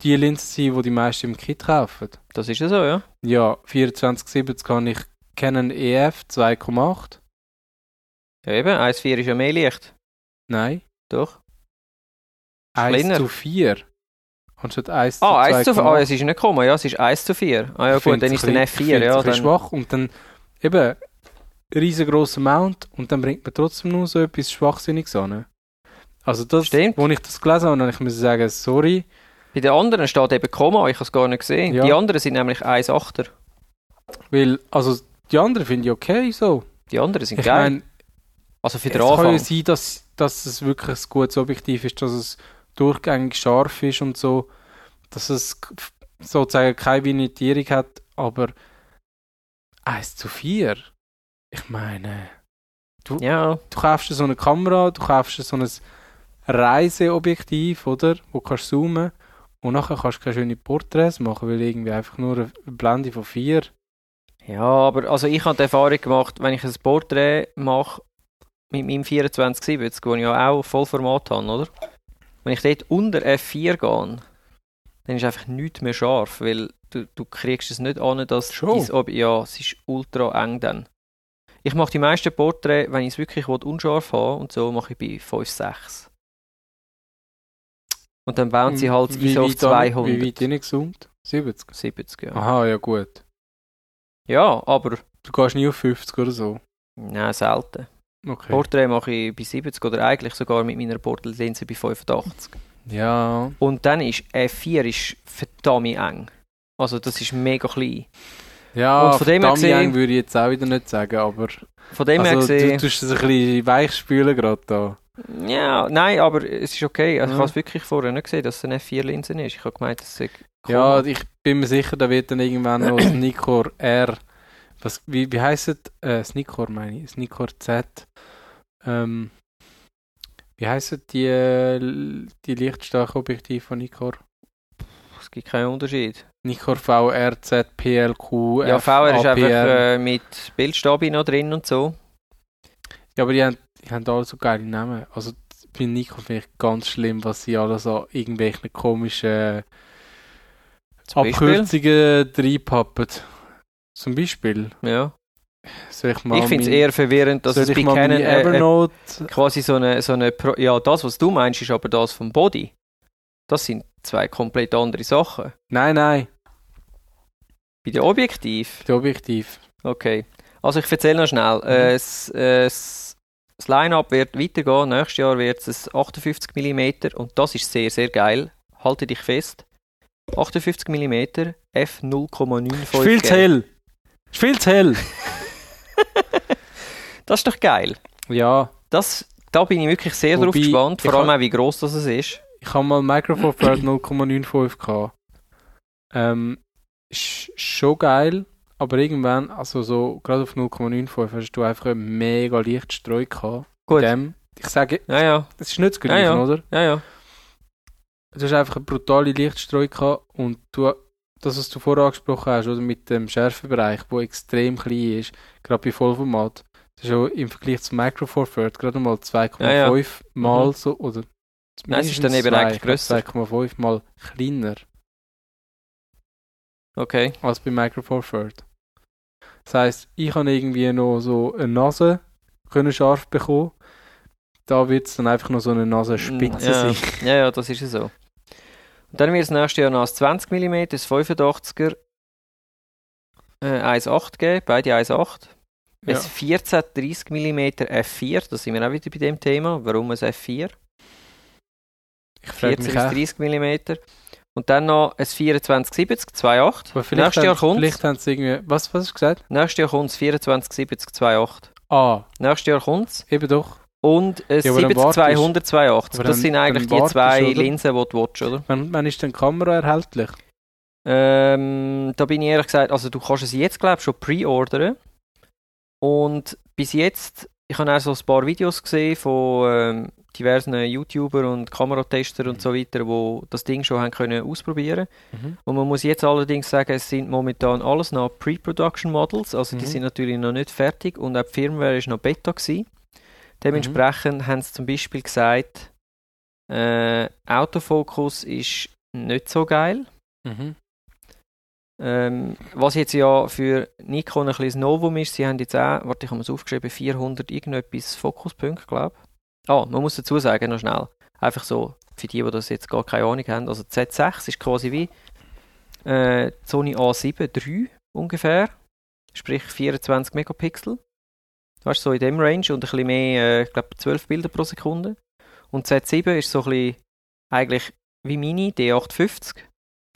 S1: die Linse sein, die die meisten im Kit kaufen.
S2: Das ist ja so, ja.
S1: Ja, 2470 habe ich Canon E EF 2,8.
S2: Ja eben, 1,4 ist ja mehr Licht.
S1: Nein,
S2: Doch.
S1: 1
S2: Kleiner.
S1: zu 4. Anstatt 1
S2: Ah,
S1: zu
S2: 1 zu 4.
S1: 2,8.
S2: Ah, es ist nicht gekommen, ja, es ist 1 zu 4. Ah ja
S1: Ich
S2: gut,
S1: find's
S2: dann ist es ein
S1: ein bisschen-
S2: F4,
S1: ich find's
S2: ja.
S1: ein bisschen
S2: Dann,
S1: schwach und dann eben riesengroßer Mount und dann bringt man trotzdem nur so etwas Schwachsinniges an. ne? Also das,
S2: Stimmt.
S1: wo ich das gelesen habe, habe ich müssen sagen, sorry,
S2: bei den anderen steht eben Komma, ich habe es gar nicht gesehen.
S1: Ja.
S2: Die anderen sind nämlich 1,8er.
S1: weil, also die anderen finde ich okay so.
S2: Die anderen sind
S1: Ich
S2: geil.
S1: meine,
S2: also für
S1: es
S2: den
S1: kann ja
S2: Anfang.
S1: sein, dass, dass es wirklich ein gutes Objektiv ist, dass es durchgängig scharf ist und so, dass es k- f- sozusagen keine Vignettierung hat, aber 1 zu 4, ich meine...
S2: Ja,
S1: du kaufst dir so eine Kamera, du kaufst dir so ein Reiseobjektiv, oder? Wo kannst du zoomen und nachher kannst du keine schönen Porträts machen, weil irgendwie einfach nur eine Blende von vier.
S2: ja, aber also ich habe die Erfahrung gemacht, wenn ich ein Porträt mache mit meinem 2470, wo ich ja auch Vollformat habe, oder? Wenn ich dort unter F4 gehe, dann ist einfach nichts mehr scharf, weil du, du kriegst es nicht an, dass
S1: Schon?
S2: dein Ob ja, es ist ultra eng dann. Ich mache die meisten Porträts, wenn ich es wirklich will, unscharf habe und so, mache ich bei 5, 6. Und dann bauen sie halt das
S1: Hm, Wie
S2: ISO auf
S1: weit an-
S2: 200.
S1: Wie weit Ah. reingezoomt? 70?
S2: 70, ja.
S1: Aha, ja gut.
S2: Ja, aber
S1: Du gehst nie auf 50 oder so.
S2: nein, selten.
S1: Okay.
S2: Porträt mache ich bei 70 oder eigentlich sogar mit meiner Porträtlinse bei 85.
S1: ja.
S2: Und dann ist F4 ist verdammt eng. Also das ist mega klein.
S1: Ja,
S2: Und von dem her
S1: verdammt
S2: gesehen-
S1: eng würde ich jetzt auch wieder nicht sagen, aber
S2: Von dem
S1: also,
S2: her
S1: du
S2: gesehen,
S1: tust es ein bisschen weich spülen gerade da.
S2: ja, nein, aber es ist okay. Also, Ich
S1: Ja.
S2: habe es wirklich vorher nicht gesehen, dass es eine F4-Linse ist. Ich habe gemeint, das sei cool.
S1: Ja, ich bin mir sicher, da wird dann irgendwann noch das Nikkor R. Was, wie wie heisst es? Äh, das Nikkor meine ich. Das Nikkor Z. Ähm, wie heissen die, äh, die lichtstarken Objektive von Nikkor?
S2: es gibt keinen Unterschied.
S1: Nikkor VR, Z, PLQ,
S2: Ja,
S1: F,
S2: VR ist
S1: APR.
S2: einfach äh, mit Bildstabi noch drin und so.
S1: Ja, aber die haben, die haben alle so geile Namen. Also bei Nikkor finde ich ganz schlimm, was sie alles an irgendwelchen komischen
S2: Zum Beispiel.
S1: Abkürzungen reinpappen. Zum Beispiel.
S2: Ja.
S1: Soll ich mal
S2: Ich finde es
S1: mein-
S2: eher verwirrend, dass
S1: soll
S2: es bei
S1: ich mal
S2: Canon
S1: meine
S2: äh, äh,
S1: Evernote...
S2: quasi so eine, so eine Pro ja das was du meinst ist aber das vom Body das sind zwei komplett andere Sachen
S1: Nein, nein,
S2: bei den Objektiv
S1: das Objektiv.
S2: okay also ich erzähle noch
S1: Mhm.
S2: schnell äh, das, äh, das das Line-Up wird weitergehen nächstes Jahr wird es ein 58 mm und das ist sehr sehr geil halte dich fest 58 mm f 0,95
S1: Ist viel zu hell. Ist viel zu hell.
S2: das ist doch geil
S1: ja,
S2: das da bin ich wirklich sehr drauf
S1: Wobei,
S2: gespannt vor
S1: ich
S2: allem
S1: hab-
S2: auch wie groß das es ist
S1: ich habe mal Micro Four Third 0,95 gehabt. Ähm, ist schon geil, aber irgendwann, also so gerade auf 0,95 hast du einfach eine mega leichte Streu gehabt.
S2: Gut.
S1: Dem, ich sage,
S2: ja ja
S1: es ist nicht das Gleiche,
S2: Ja, ja.
S1: oder?
S2: ja ja
S1: Du hast einfach eine brutale Lichtstreu gehabt und du, das, was du vorher angesprochen hast, oder mit dem Schärfebereich, der extrem klein ist, gerade bei Vollformat, das ist ja im Vergleich zum Micro Four Third gerade mal 2,5
S2: Ja,
S1: mal
S2: Mhm.
S1: so, oder
S2: Nein, es ist
S1: mindestens
S2: dann eben
S1: zwei,
S2: eigentlich
S1: ich glaub,
S2: grösser.
S1: 2,5 mal kleiner
S2: okay
S1: als bei Micro Four Third. Das heisst, ich kann irgendwie noch so eine Nase können scharf bekommen. Da wird es dann einfach noch so eine Nasenspitze
S2: Mm, ja.
S1: sein.
S2: Ja, ja, das ist ja so. Und dann wird es nächstes Jahr noch das 20 mm, das 85er, äh, 1,8 geben, beide 1,8.
S1: Ja.
S2: Das 14 30 mm F4, da sind wir auch wieder bei dem Thema, warum es F4?
S1: Ich frage
S2: 14
S1: mich
S2: bis
S1: auch.
S2: 30 mm. Und dann noch ein 2470, 2,8.
S1: vielleicht
S2: Nächstes Jahr
S1: haben,
S2: kommt
S1: vielleicht haben sie irgendwie... Was, was hast du gesagt?
S2: Nächstes Jahr kommt es 2470, 2,8.
S1: Ah,
S2: Nächstes Jahr kommt es.
S1: eben doch.
S2: Und ein
S1: Ja, aber dann
S2: 70, 200, 280.
S1: aber
S2: Das
S1: dann-
S2: sind eigentlich
S1: dann
S2: die
S1: wartest,
S2: zwei
S1: oder?
S2: Linsen, die du willst, oder?
S1: Wann, wann ist denn die Kamera erhältlich?
S2: Ähm, da bin ich ehrlich gesagt, also du kannst es jetzt, glaube ich, schon pre-ordern. Und bis jetzt, ich habe auch so ein paar Videos gesehen von ähm, diversen YouTubern und Kameratester und so weiter, die das Ding schon haben können ausprobieren Und man muss jetzt allerdings sagen, es sind momentan alles noch Pre-Production Models, also die
S1: Mhm.
S2: sind natürlich noch nicht fertig und auch die Firmware ist noch Beta gewesen. Dementsprechend haben sie zum Beispiel gesagt, äh, Autofokus ist nicht so geil.
S1: Mhm.
S2: Ähm, was jetzt ja für Nikon ein kleines Novum ist, sie haben jetzt auch, warte, ich habe es aufgeschrieben, 400 irgendetwas Fokuspunkte, glaube ich. Ah, man muss dazu sagen, noch schnell, einfach so, für die, die das jetzt gar keine Ahnung haben, also die Z6 ist quasi wie äh, die Sony A7 III ungefähr, sprich 24 Megapixel. Weißt du, so in dem Range und ein bisschen mehr, äh, ich glaube 12 Bilder pro Sekunde. Und die Z7 ist so ein bisschen, eigentlich wie Mini, D850,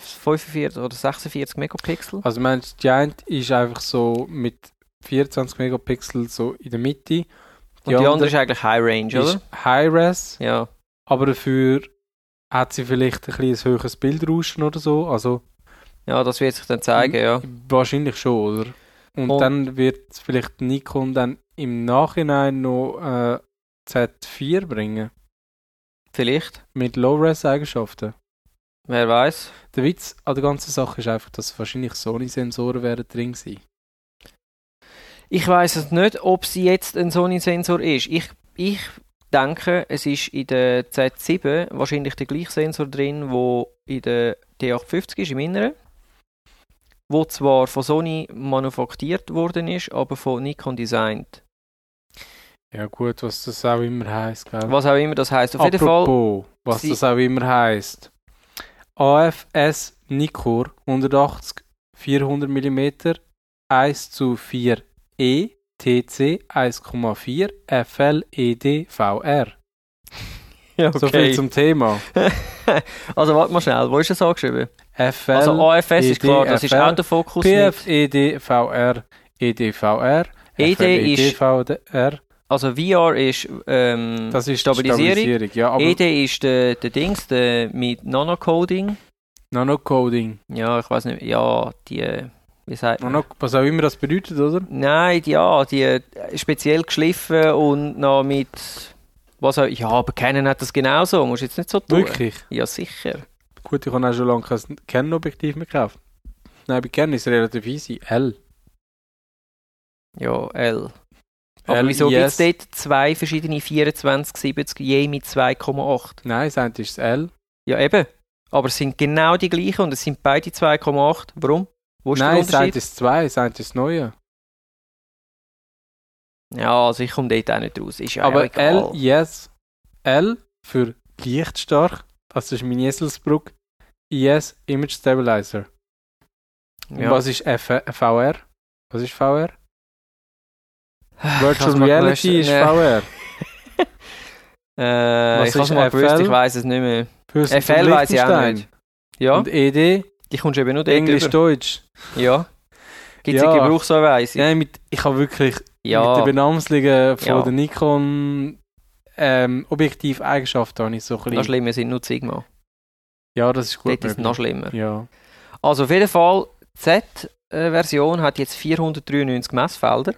S2: 45 oder 46 Megapixel.
S1: Also meinst du, die eine ist einfach so mit 24 Megapixel so in der Mitte.
S2: Und die, andere ist eigentlich High Range, oder?
S1: ist High-Res,
S2: Ja.
S1: aber dafür hat sie vielleicht ein bisschen ein höheres Bildrauschen oder so. Also
S2: ja, das wird sich dann zeigen, ja.
S1: wahrscheinlich schon, oder? Und,
S2: Und-
S1: dann wird vielleicht Nikon dann im Nachhinein noch äh, Z4 bringen.
S2: Vielleicht,
S1: Mit Low-Res-Eigenschaften.
S2: wer weiß.
S1: Der Witz an der ganzen Sache ist einfach, dass wahrscheinlich Sony-Sensoren werden drin sein.
S2: Ich weiß es nicht, ob sie jetzt ein Sony-Sensor ist. Ich, ich denke, es ist in der Z7 wahrscheinlich der gleiche Sensor drin, wo in der D850 ist, im Inneren. Wo zwar von Sony manufaktiert worden ist, aber von Nikon designt.
S1: Ja gut, was das auch immer heisst, gell?
S2: Was auch immer das heißt. Auf jeden Fall
S1: Apropos, was
S2: Sie-
S1: das auch immer heisst. AFS Nikkor 180 400 mm 1 zu 4 E TC 1,4 FL ED VR.
S2: Ja,
S1: So viel zum Thema.
S2: also warte mal schnell, wo ist das angeschrieben?
S1: FL
S2: Also AFS ist
S1: ED,
S2: klar, das ist
S1: FR,
S2: Autofokus.
S1: PF
S2: Nicht.
S1: ED VR ED VR
S2: ED
S1: FL,
S2: E ist-
S1: VR.
S2: Also VR ist ähm,
S1: Das ist
S2: Stabilisierung. E
S1: Stabilisierung. Ja, aber
S2: ED ist der der Dings, der mit Nanocoding.
S1: Nanocoding.
S2: Ja, ich weiß nicht, ja, die äh, wie sagt man?
S1: Nano, was auch immer das bedeutet, oder?
S2: Nein, die, ja, die äh, speziell geschliffen und noch mit was auch, ja, aber Canon hat das genauso, musst jetzt nicht so tun.
S1: Wirklich.
S2: Ja, sicher.
S1: Gut, ich habe auch schon lange kein Kernobjektiv mehr gekauft. Nein, bei Kern ist es relativ easy. L.
S2: Ja, L. Aber
S1: L,
S2: wieso
S1: yes.
S2: yes. gibt es dort zwei verschiedene 24, 70, je mit 2,8?
S1: Nein, das eine ist das L.
S2: Ja, eben. Aber es sind genau die gleichen und es sind beide 2,8. Warum? Wo ist
S1: Nein, das
S2: der
S1: eine ist
S2: Unterschied?
S1: das 2, das eine ist das neue.
S2: Ja, also ich komme dort auch nicht raus. Ist ja auch
S1: Aber L,
S2: egal.
S1: yes. L für lichtstark, das ist mein Eselsbrücke. Yes, Image Stabilizer. Und
S2: ja.
S1: Was ist F VR? Was ist VR?
S2: Ich hab's
S1: Virtual
S2: mal
S1: Reality ist
S2: gelöscht. Nee.
S1: VR.
S2: Äh,
S1: Was
S2: ich habe es
S1: ist
S2: mal gewusst,
S1: FL?
S2: ich weiß es nicht mehr.
S1: Fürs
S2: FL weiß ich Äh, auch
S1: Liechtenstein.
S2: nicht. Ja,
S1: Und E ED,
S2: die kommst eben nur dort über.
S1: Englisch-Deutsch.
S2: Ja. Gibt es
S1: Ja.
S2: eine Gebrauchsanweisung?
S1: Nein, mit, ich habe wirklich Mit der
S2: Ja.
S1: Benamslung von
S2: Ja.
S1: der Nikon ähm, Objektiveigenschaften habe ich so ein
S2: Noch
S1: bisschen.
S2: schlimmer sind nur die Sigma.
S1: Ja, das ist gut.
S2: Dort ist es
S1: möglich.
S2: noch schlimmer.
S1: ja.
S2: Also auf jeden Fall, Z-Version hat jetzt 493 Messfelder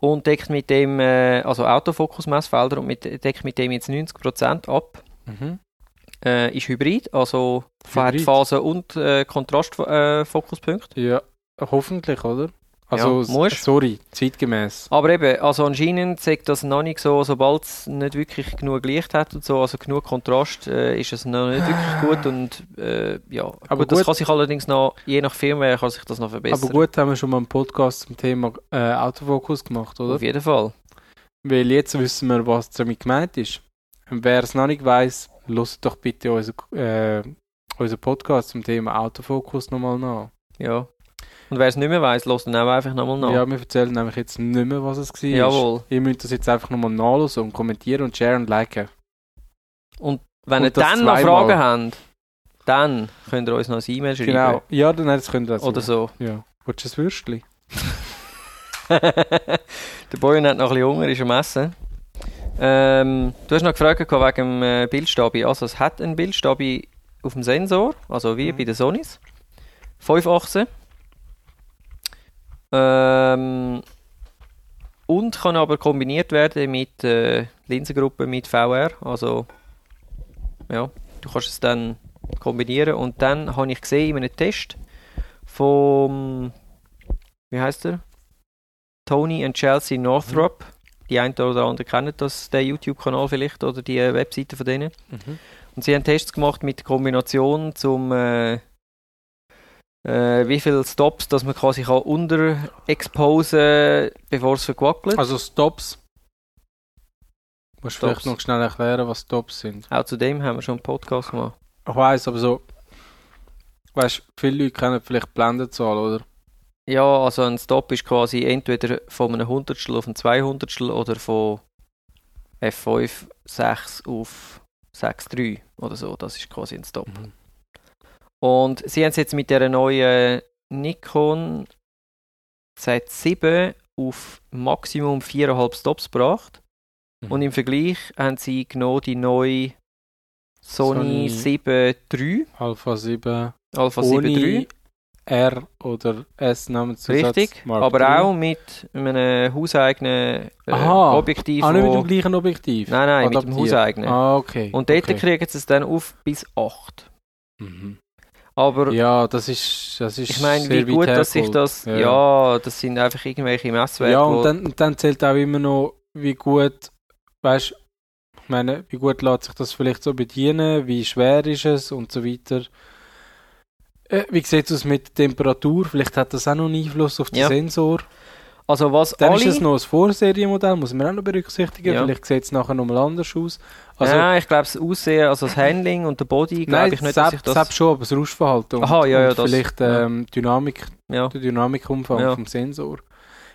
S2: und deckt mit dem, äh, also Autofokus-Messfelder und mit, deckt mit dem jetzt 90% ab.
S1: Mhm.
S2: Äh, ist Hybrid, also hat
S1: Hybrid.
S2: Phase- und äh, Kontrastfokuspunkt.
S1: ja, hoffentlich, oder? Also,
S2: Ja, musst.
S1: sorry, zeitgemäß.
S2: Aber eben, also anscheinend sagt das noch nicht so, sobald es nicht wirklich genug Licht hat und so, also genug Kontrast, äh, ist es noch nicht wirklich gut und äh, ja.
S1: Ah. Aber
S2: gut, das
S1: gut.
S2: kann sich allerdings noch, je nach Firmware kann sich das noch verbessern.
S1: Aber gut, haben wir schon mal einen Podcast zum Thema äh, Autofokus gemacht, oder?
S2: Auf jeden Fall.
S1: Weil jetzt wissen wir, was damit gemeint ist. Und wer es noch nicht weiß, lasst doch bitte unseren äh, unser Podcast zum Thema Autofokus nochmal nach.
S2: Ja. Und wer es nicht mehr weiß, lässt dann auch einfach nochmal nach.
S1: Ja, wir erzählen nämlich jetzt nicht mehr, was es war.
S2: Jawohl.
S1: Ihr müsst das jetzt einfach nochmal nachlesen und kommentieren und share und liken.
S2: Wenn
S1: Und
S2: ihr
S1: das
S2: dann noch
S1: zweimal.
S2: Fragen habt, dann könnt ihr uns noch ein E-Mail schreiben.
S1: Genau. Ja, dann nein, das könnt ihr das
S2: Oder
S1: machen.
S2: so.
S1: Ja. Willst du ein Würstchen?
S2: Der Boyan hat noch ein bisschen Hunger, ist am Essen. Ähm, du hast noch gefragt gehabt wegen dem äh, Bildstabi. Also es hat einen Bildstabi auf dem Sensor, also wie
S1: Mhm.
S2: bei den Sonys. Fünf Achsen. Ähm, und kann aber kombiniert werden mit äh, Linsengruppen, mit VR. Also ja, du kannst es dann kombinieren. Und dann habe ich gesehen in einem Test vom, wie heißt der? Tony und Chelsea Northrop. die einen oder anderen kennen das, den YouTube-Kanal vielleicht oder die äh, Webseite von denen.
S1: Mhm.
S2: Und sie haben Tests gemacht mit Kombination zum äh, äh, wie viele Stops, dass man quasi kann unterexposen, bevor es verquackelt.
S1: Also Stops. Musst du
S2: Stops.
S1: vielleicht noch schnell erklären, was Stops sind.
S2: Auch zu dem haben wir schon einen Podcast gemacht.
S1: Ich weiss, aber so. Weißt viele Leute kennen vielleicht Blendenzahl, oder?
S2: Ja, also ein Stop ist quasi entweder von einem Hundertstel auf ein Zweihundertstel oder von F5, 6 auf 6,3 oder so. Das ist quasi ein Stop.
S1: Mhm.
S2: Und sie haben es jetzt mit der neuen Nikon Z7 auf Maximum 4,5 Stops gebracht.
S1: Mhm.
S2: Und im Vergleich haben sie genau die neue
S1: Sony.
S2: Sony, 7 III,
S1: Alpha 7.
S2: Alpha 7 III.
S1: Ohne R oder S Namenszusatz.
S2: Richtig,
S1: Mark
S2: aber
S1: III.
S2: auch mit einem hauseigenen äh,
S1: Aha.
S2: Objektiv.
S1: Ah, nicht mit
S2: wo-
S1: dem gleichen Objektiv.
S2: nein, nein, mit dem
S1: Adaptiert.
S2: hauseigenen.
S1: Ah, okay.
S2: Und dort
S1: okay.
S2: kriegen sie es dann auf bis 8.
S1: Mhm.
S2: Aber
S1: Ja, das ist. Das ist
S2: ich meine, wie
S1: sehr
S2: gut,
S1: weit
S2: dass sich
S1: hergeholt.
S2: das.
S1: Ja.
S2: Ja. das sind einfach irgendwelche Messwerte.
S1: Ja,
S2: wo-
S1: und dann, und dann zählt auch immer noch, wie gut, weißt ich meine, wie gut lässt sich das vielleicht so bedienen, wie schwer ist es und so weiter. Äh, wie sieht es mit Temperatur? Vielleicht hat das auch noch einen Einfluss auf den
S2: Ja.
S1: Sensor.
S2: also, was
S1: Dann
S2: alle.
S1: ist es noch ein Vorserienmodell, muss man auch noch berücksichtigen.
S2: Ja.
S1: Vielleicht sieht es nachher nochmal anders aus. Also,
S2: nein, ich glaube, das Aussehen, also das Handling und der Body, glaube
S1: nein,
S2: ich nicht, dass ich
S1: selbst,
S2: das.
S1: selbst schon, aber das Rauschverhalten
S2: Aha,
S1: und,
S2: ja, ja,
S1: und
S2: das-
S1: vielleicht
S2: ja.
S1: ähm, Dynamik,
S2: ja.
S1: der Dynamikumfang
S2: Ja.
S1: vom Sensor.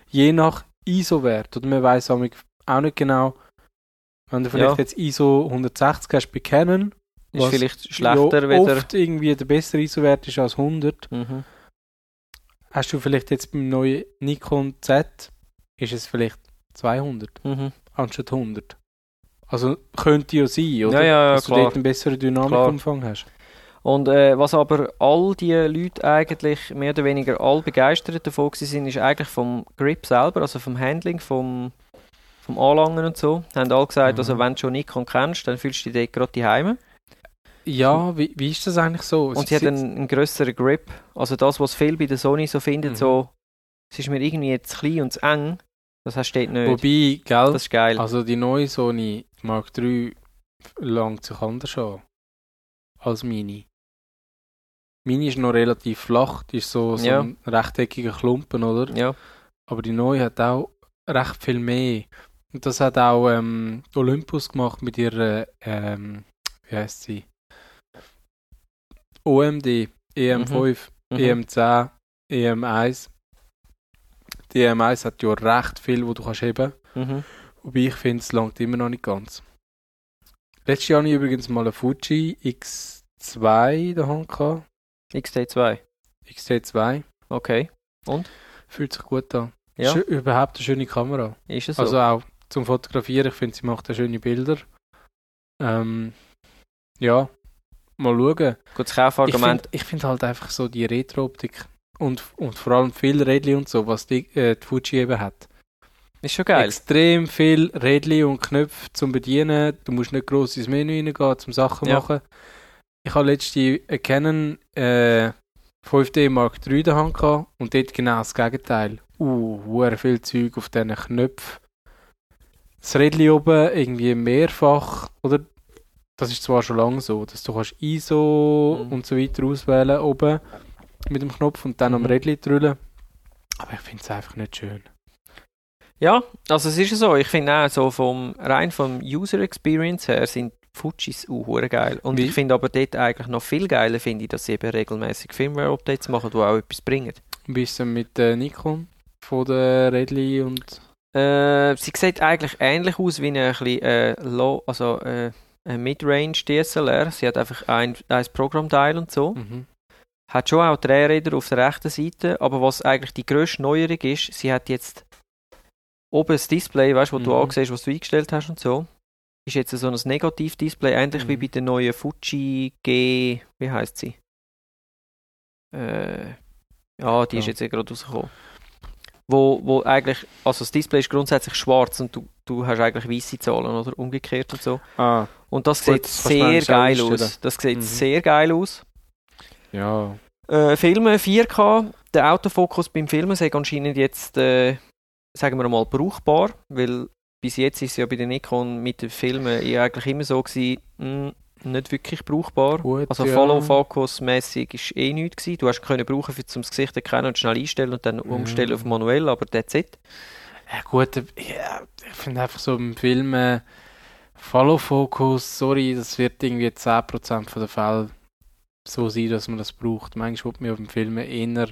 S1: Je nach ISO-Wert, oder man weiß auch nicht genau, wenn du vielleicht
S2: Ja.
S1: jetzt ISO 160 hast bei Canon,
S2: Ist
S1: was
S2: vielleicht schlechter
S1: ja
S2: wieder.
S1: oft irgendwie der bessere ISO-Wert ist als 100,
S2: Mhm.
S1: hast du vielleicht jetzt beim neuen Nikon Z, ist es vielleicht 200
S2: Mhm.
S1: anstatt 100. Also könnte ja sein, oder?
S2: Ja, ja, ja,
S1: Dass du
S2: klar.
S1: dort einen besseren Dynamikumfang hast.
S2: Und äh, was aber all die Leute eigentlich mehr oder weniger all begeistert davon gewesen sind, ist eigentlich vom Grip selber, also vom Handling, vom, vom Anlangen und so. Haben alle gesagt,
S1: Mhm.
S2: also wenn du schon Nikon kennst, dann fühlst du dich dort gerade daheim.
S1: Ja, wie, wie ist das eigentlich so?
S2: Und sie hat einen, einen grösseren Grip. Also das, was viele bei der Sony so finden,
S1: Mhm.
S2: so, es ist mir irgendwie zu klein und zu eng, das hast du dort nicht.
S1: Wobei, gell,
S2: das ist geil.
S1: Also die neue Sony Mark III langt sich anders an als meine. Meine ist noch relativ flach, die ist so, so
S2: Ja.
S1: ein rechteckiger Klumpen, oder?
S2: ja.
S1: Aber die neue hat auch recht viel mehr. Und das hat auch ähm, Olympus gemacht mit ihrer, ähm, wie heißt sie? OMD, EM5,
S2: Mhm.
S1: Ehm, EM10, EM1. E Die EM1 hat ja recht viel, wo du kannst heben
S2: Mhm.
S1: Wobei ich finde, es langt immer noch nicht ganz. Letztes Jahr habe ich übrigens mal eine Fuji X2 in der Hand gehabt.
S2: XT2.
S1: XT2.
S2: Okay.
S1: Fühlt sich gut an.
S2: Ja.
S1: Schö- überhaupt eine schöne Kamera.
S2: Ist es so?
S1: Also auch zum Fotografieren. Ich finde, sie macht auch schöne Bilder. Ähm, ja, mal schauen.
S2: Gut, das
S1: Ich
S2: Kaufargument
S1: finde ich find halt einfach so die Retro-Optik und, und vor allem viel Rädchen und so, was die, äh, die Fuji eben hat.
S2: ist schon geil.
S1: Extrem viel Rädchen und Knöpfe zum Bedienen. Du musst nicht gross ins Menü reingehen, zum Sachen
S2: Ja.
S1: machen. Ich habe letzte eine Canon äh, 5D Mark III in der Hand gehabt und dort genau das Gegenteil. Uh, huere viel Zeug auf diesen Knöpfen. Das Rädchen oben irgendwie mehrfach, oder? Das ist zwar schon lange so, dass du kannst ISO
S2: Mhm.
S1: und so weiter auswählen oben mit dem Knopf und dann am
S2: Mhm.
S1: Rädchen drüllen. Aber ich finde es einfach nicht schön.
S2: Ja, also es ist ja so, ich finde auch so vom, rein vom User Experience her sind Fujis auch hure geil. Und
S1: Wie-
S2: ich finde aber dort eigentlich noch viel geiler, finde ich, dass sie eben regelmäßig Firmware-Updates machen, die auch etwas bringen.
S1: Wie ist denn mit äh, Nikon von der Redli und
S2: Äh, sie sieht eigentlich ähnlich aus wie eine, ein bisschen, äh, low, also, äh, ein Midrange DSLR. Sie hat einfach ein, ein Programmteil und so. Hat schon auch Drehräder auf der rechten Seite, aber was eigentlich die grösste Neuerung ist, sie hat jetzt oben das Display, weißt du, wo du
S1: Mhm.
S2: ansiehst, was du eingestellt hast und so, ist jetzt so ein Negativ-Display, ähnlich wie
S1: Mhm.
S2: bei der neuen Fuji G, wie heißt sie? Äh, ja, die ist
S1: Ja.
S2: jetzt ja gerade rausgekommen. Wo, wo eigentlich, also das Display ist grundsätzlich schwarz und du, du hast eigentlich weiße Zahlen oder umgekehrt und so.
S1: Ah,
S2: Und das
S1: Gut,
S2: sieht
S1: das kannst du
S2: sehr
S1: eigentlich auch
S2: geil
S1: einstellen.
S2: aus. Das sieht
S1: Mhm.
S2: sehr geil aus.
S1: ja.
S2: Äh, Filme 4K, der Autofokus beim Filmen sei anscheinend jetzt, äh, sagen wir mal, brauchbar, weil bis jetzt ist es ja bei den Nikon mit den Filmen eher eigentlich immer so gewesen, mh, nicht wirklich brauchbar.
S1: Gut,
S2: Also
S1: ja.
S2: Follow-Focus-mässig ist eh nichts gewesen. Du hast können brauchen, um das Gesicht erkennen und schnell einstellen und dann umstellen auf manuell, aber that's it.
S1: Ja, gut, äh, ja, ich finde einfach so im Film äh, Follow-Focus, sorry, das wird irgendwie 10% von der Fälle so sein, dass man das braucht. Manchmal wird man auf dem Film eher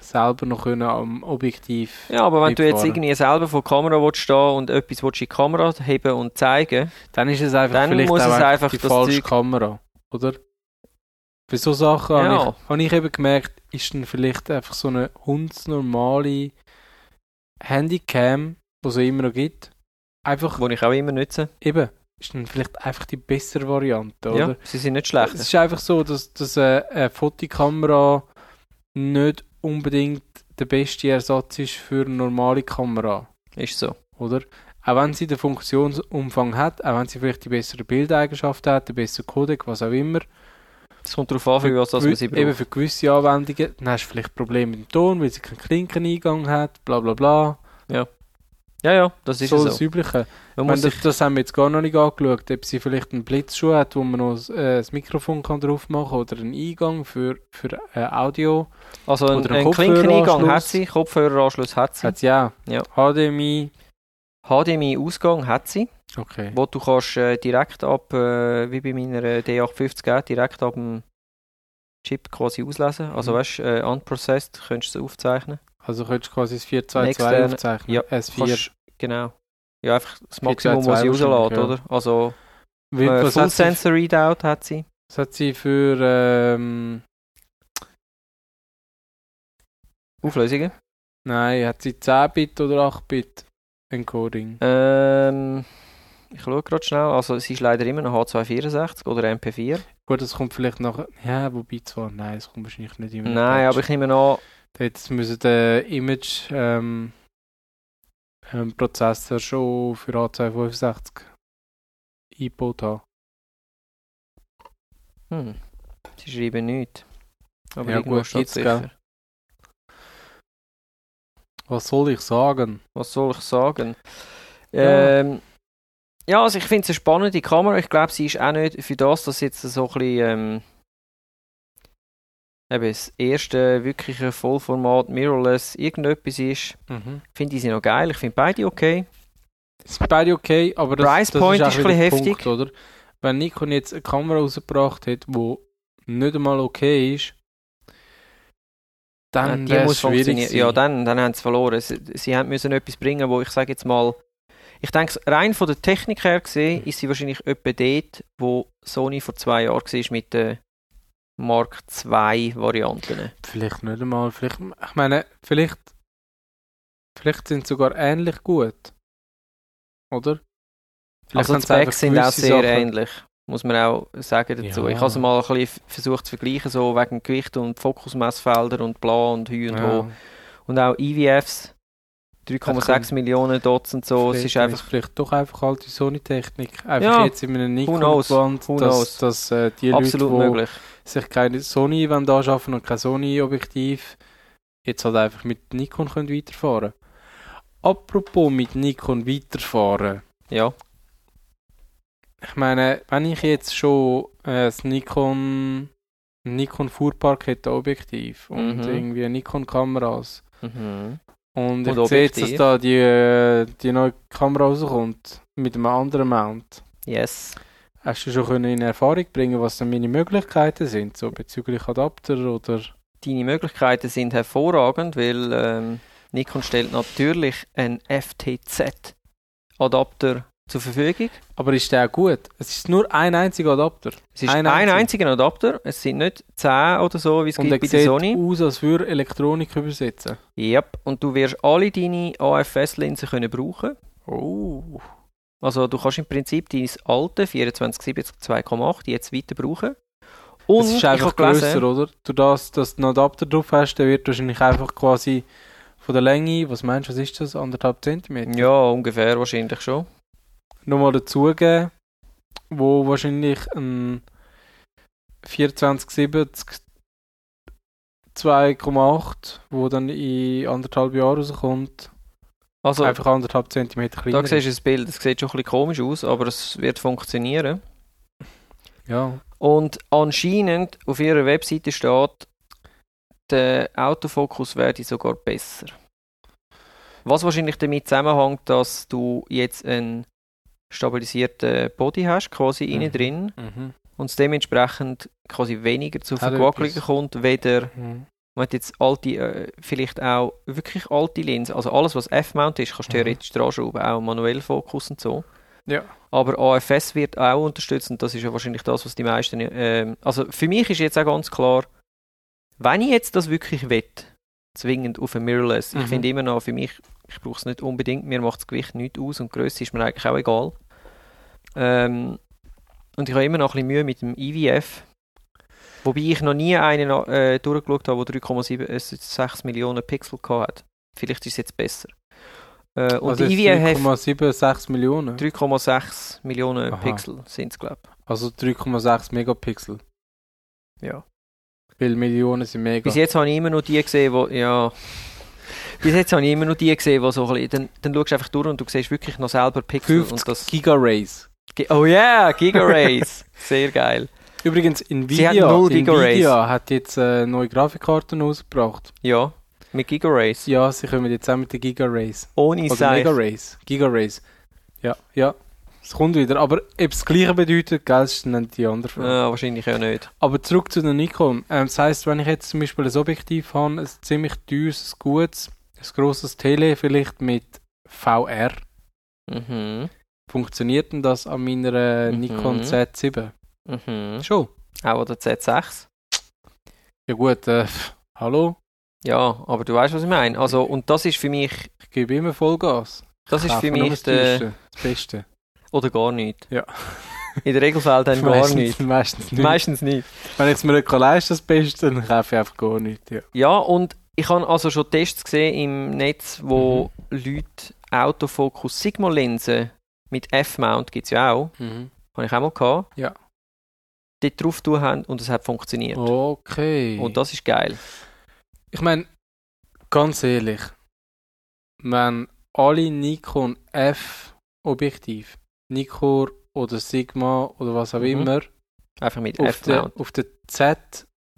S1: selber noch können am Objektiv.
S2: Ja, aber wenn du jetzt
S1: Mitfahren.
S2: irgendwie selber vor die Kamera willst stehen und etwas willst in die Kamera heben und zeigen,
S1: Dann ist es einfach
S2: Dann
S1: vielleicht
S2: muss
S1: auch
S2: es
S1: einfach
S2: einfach
S1: die
S2: das
S1: falsche
S2: Zeug-
S1: Kamera, oder? Bei so Sachen
S2: Ja.
S1: habe, ich, habe ich eben gemerkt, ist dann vielleicht einfach so eine hundsnormale Handycam, die es ja immer noch gibt, einfach
S2: wo ich auch immer nutze,
S1: eben, ist dann vielleicht einfach die bessere Variante, oder?
S2: ja, sie sind nicht
S1: Es
S2: schlecht.
S1: ist einfach so, dass, dass äh, eine Fotokamera nicht unbedingt der beste Ersatz ist für eine normale Kamera,
S2: Ist so.
S1: oder? Auch wenn sie den Funktionsumfang hat, auch wenn sie vielleicht die bessere Bildeigenschaft hat, den besseren Codec, was auch immer.
S2: Es kommt darauf an, für was das man sie
S1: eben
S2: braucht.
S1: für gewisse Anwendungen, dann hast du vielleicht Probleme mit dem Ton, weil sie keinen Klinkeneingang hat, bla bla bla.
S2: Ja, ja, das ist
S1: so
S2: so.
S1: das
S2: so.
S1: Übliche.
S2: Man
S1: Ich meine,
S2: muss
S1: das,
S2: sich,
S1: das haben wir jetzt gar noch nicht angeschaut, ob sie vielleicht einen Blitzschuh hat, wo man noch äh, das Mikrofon kann drauf machen kann oder einen Eingang für, für äh, Audio.
S2: also ein,
S1: oder ein
S2: ein Klinkeneingang
S1: Kopfhöreranschluss.
S2: hat sie, Kopfhöreranschluss hat sie,
S1: Hat sie auch.
S2: Ja.
S1: HDMI.
S2: HDMI-Ausgang hat sie,
S1: Okay.
S2: wo du kannst äh, direkt ab, äh, wie bei meiner äh, D850G, direkt ab dem Chip quasi auslesen. Also
S1: Mhm.
S2: weißt du, äh, unprocessed könntest du es aufzeichnen.
S1: Also könntest du quasi das 422
S2: Externe-
S1: aufzeichnen.
S2: äh, Ja,
S1: S4.
S2: Kannst, genau. Ja, einfach das Maximum,
S1: 422
S2: was sie rauslässt,
S1: wahrscheinlich, ja.
S2: oder? Also
S1: Wie-
S2: äh,
S1: was,
S2: Full
S1: hat sie,
S2: Sensor Readout hat sie.
S1: was hat sie für ähm,
S2: Auflösungen.
S1: nein, hat sie 10-Bit oder 8-Bit Encoding?
S2: Ähm, ich schaue gerade schnell. Also es ist leider immer noch H264 oder MP4.
S1: Gut, das kommt vielleicht nachher. Ja, wobei zwar, nein, das kommt wahrscheinlich nicht immer.
S2: Nein, aber ich nehme an,
S1: Jetzt müssen der Image ähm, ähm, Prozessor schon für A265 eingebaut haben.
S2: Hm. Sie schreiben nichts. Aber
S1: Ja,
S2: irgendwo
S1: gut,
S2: steht
S1: gibt's, gell?
S2: sicher.
S1: Was soll ich sagen?
S2: Was soll ich sagen?
S1: Ja.
S2: Ähm, ja, also ich finde es eine spannende Kamera. Ich glaube, sie ist auch nicht für das, dass jetzt so ein bisschen ähm, eben das erste wirkliche Vollformat Mirrorless irgendetwas ist. Finde ich sie noch geil. Ich finde beide okay.
S1: Es sind beide okay, aber das,
S2: Price
S1: das
S2: Point
S1: ist, auch
S2: ist
S1: wieder
S2: ein
S1: der
S2: bisschen
S1: Punkt, oder? Wenn Nikon jetzt eine Kamera rausgebracht hat, die nicht einmal okay ist, dann
S2: Ja, Äh, die
S1: wäre
S2: muss
S1: es schwierig
S2: funktionieren. Ja,
S1: sein.
S2: dann, dann haben sie verloren. Sie, sie haben müssen etwas bringen, wo ich sage jetzt mal, ich denke, rein von der Technik her gesehen, ist sie wahrscheinlich etwa dort, wo Sony vor zwei Jahren war mit den Mark II Varianten.
S1: Vielleicht nicht einmal. Vielleicht, ich meine, vielleicht, vielleicht sind sie sogar ähnlich gut. Oder? Vielleicht
S2: Also die
S1: haben sie einfach
S2: Specs sind auch
S1: gewisse
S2: sehr
S1: Sachen-
S2: ähnlich, muss man auch sagen dazu.
S1: Ja.
S2: Ich habe es mal ein bisschen f- versucht zu vergleichen, so wegen Gewicht und Fokusmessfelder und bla und hü und ho.
S1: Ja,
S2: Und auch E IVFs,
S1: Das
S2: 3,6 Millionen Dots und so, es
S1: vielleicht
S2: ist einfach
S1: vielleicht doch einfach alte Sony-Technik. Einfach
S2: Ja,
S1: jetzt in einem
S2: who
S1: Nikon
S2: knows,
S1: gewandt,
S2: who
S1: dass,
S2: knows.
S1: dass äh, die
S2: absolut
S1: Leute, die
S2: möglich.
S1: sich keine Sony wenn da schaffen und kein Sony Objektiv jetzt halt einfach mit Nikon können weiterfahren. Apropos mit Nikon weiterfahren.
S2: Ja.
S1: Ich meine, wenn ich jetzt schon äh, das Nikon Nikon Fuhrpark hätte Objektiv und
S2: Mhm.
S1: irgendwie Nikon Kameras
S2: Mhm.
S1: und
S2: Und
S1: ich sehe jetzt, dass
S2: Objektiv.
S1: da die, äh, die neue Kamera rauskommt mit einem anderen Mount.
S2: Yes.
S1: Hast du schon können in Erfahrung bringen, was denn meine Möglichkeiten sind, so bezüglich Adapter oder
S2: Deine Möglichkeiten sind hervorragend, weil ähm, Nikon stellt natürlich einen FTZ-Adapter zur Verfügung.
S1: Aber ist der auch gut? Es ist nur ein einziger Adapter.
S2: Es ist
S1: Ein
S2: ein,
S1: einziger.
S2: einziger Adapter, es sind nicht 10 oder so, wie es
S1: Und er
S2: gibt bei der
S1: sieht
S2: Sony.
S1: aus, als würde er Elektronik übersetzen.
S2: Yep. Und du wirst alle deine AFS-Linsen können brauchen.
S1: Oh.
S2: Also du kannst im Prinzip dein alte 2470 2,8 jetzt weiter brauchen. Und
S1: es ist
S2: ich habe
S1: einfach grösser,
S2: gelesen,
S1: oder? Durch das, dass du einen Adapter drauf hast, der wird wahrscheinlich einfach quasi von der Länge, was meinst du, was ist das? Anderthalb Zentimeter?
S2: ja, ungefähr wahrscheinlich schon.
S1: Nochmal dazugeben, wo wahrscheinlich ein 2470 2,8, wo dann in anderthalb Jahren rauskommt,
S2: Also,
S1: Einfach anderthalb Zentimeter kleiner.
S2: da siehst du das Bild. Es sieht schon ein bisschen komisch aus, aber es wird funktionieren.
S1: ja.
S2: Und anscheinend auf ihrer Webseite steht, der Autofokus werde sogar besser. Was wahrscheinlich damit zusammenhängt, dass du jetzt einen stabilisierten Body hast, quasi
S1: Mhm.
S2: innen drin,
S1: Mhm.
S2: und es dementsprechend quasi weniger zu
S1: Hat
S2: Verquackelungen
S1: etwas.
S2: kommt, weder
S1: Mhm.
S2: man hat jetzt alte, äh, vielleicht auch wirklich alte Linsen, also alles was F-Mount ist, kannst du
S1: Mhm.
S2: theoretisch dran schrauben, auch manuell Fokus und so.
S1: Ja.
S2: Aber AFS wird auch unterstützt und das ist ja wahrscheinlich das, was die meisten. ähm, also für mich ist jetzt auch ganz klar, wenn ich jetzt das wirklich will, zwingend auf ein Mirrorless, ich
S1: Mhm.
S2: finde immer noch für mich, ich brauche es nicht unbedingt, mir macht das Gewicht nichts aus und die Größe ist mir eigentlich auch egal. Ähm, und ich habe immer noch ein bisschen Mühe mit dem IVF. Wobei ich noch nie einen äh, durchgeschaut habe, der 3,76 äh, Millionen Pixel hat. Vielleicht ist es jetzt besser. Äh, und
S1: also jetzt
S2: die IVF
S1: 3,76 Millionen.
S2: 3,6 Millionen
S1: Aha.
S2: Pixel sind es, glaube
S1: Also 3,6 Megapixel.
S2: ich. Ja.
S1: Weil Millionen sind mega.
S2: Bis jetzt habe ich immer nur die gesehen, wo ja. Bis jetzt habe ich immer nur die gesehen, die so ein bisschen, dann, dann schaust du einfach durch und du siehst wirklich noch selber Pixel. Und
S1: 50
S2: das,
S1: Gigarays.
S2: Ge- oh yeah, Gigarays. Sehr geil.
S1: Übrigens, Nvidia,
S2: hat null Gigarays.
S1: Nvidia hat jetzt äh, neue Grafikkarten rausgebracht.
S2: Ja, mit Gigarays.
S1: Ja, sie kommen jetzt auch mit den Gigarays.
S2: Ohne
S1: Oder
S2: Seich.
S1: Megarays. Gigarays. Ja, ja. Es kommt wieder. Aber ob es das gleiche bedeutet, gell, ist dann die andere Frage.
S2: Ah, wahrscheinlich ja nicht.
S1: Aber zurück zu den Nikon. Ähm, das heisst, wenn ich jetzt zum Beispiel ein Objektiv habe, ein ziemlich teures, ein gutes, ein grosses Tele vielleicht mit VR,
S2: Mhm.
S1: funktioniert denn das an meiner äh,
S2: Mhm.
S1: Nikon Z7?
S2: Mhm.
S1: Schon.
S2: Auch an der Z6.
S1: Ja gut, äh, pff, hallo,
S2: Ja, aber du weißt, was ich meine. Also, und das ist für mich,
S1: ich gebe immer Vollgas.
S2: das ist
S1: Kaufe
S2: für
S1: nur
S2: mich
S1: das
S2: der,
S1: Teuerste, das Beste.
S2: oder gar nicht.
S1: Ja.
S2: In der Regelfall dann gar
S1: meistens,
S2: nicht.
S1: Meistens nicht.
S2: Meistens nicht.
S1: Wenn ich es mir nicht kann leisten das Beste, dann kaufe ich einfach gar nichts. Ja.
S2: Ja, und ich habe also schon Tests gesehen im Netz, wo
S1: Mhm.
S2: Leute Autofokus Sigma Linsen mit F-Mount gibt es ja auch, habe ich auch mal gehabt.
S1: Ja.
S2: Dort drauf tun haben und es hat funktioniert.
S1: Okay.
S2: Und das ist geil.
S1: Ich meine, ganz ehrlich, wenn alle Nikon F Objektiv, Nikon oder Sigma oder was auch
S2: Mhm.
S1: immer,
S2: Einfach mit
S1: auf der,
S2: F-Mount.
S1: auf der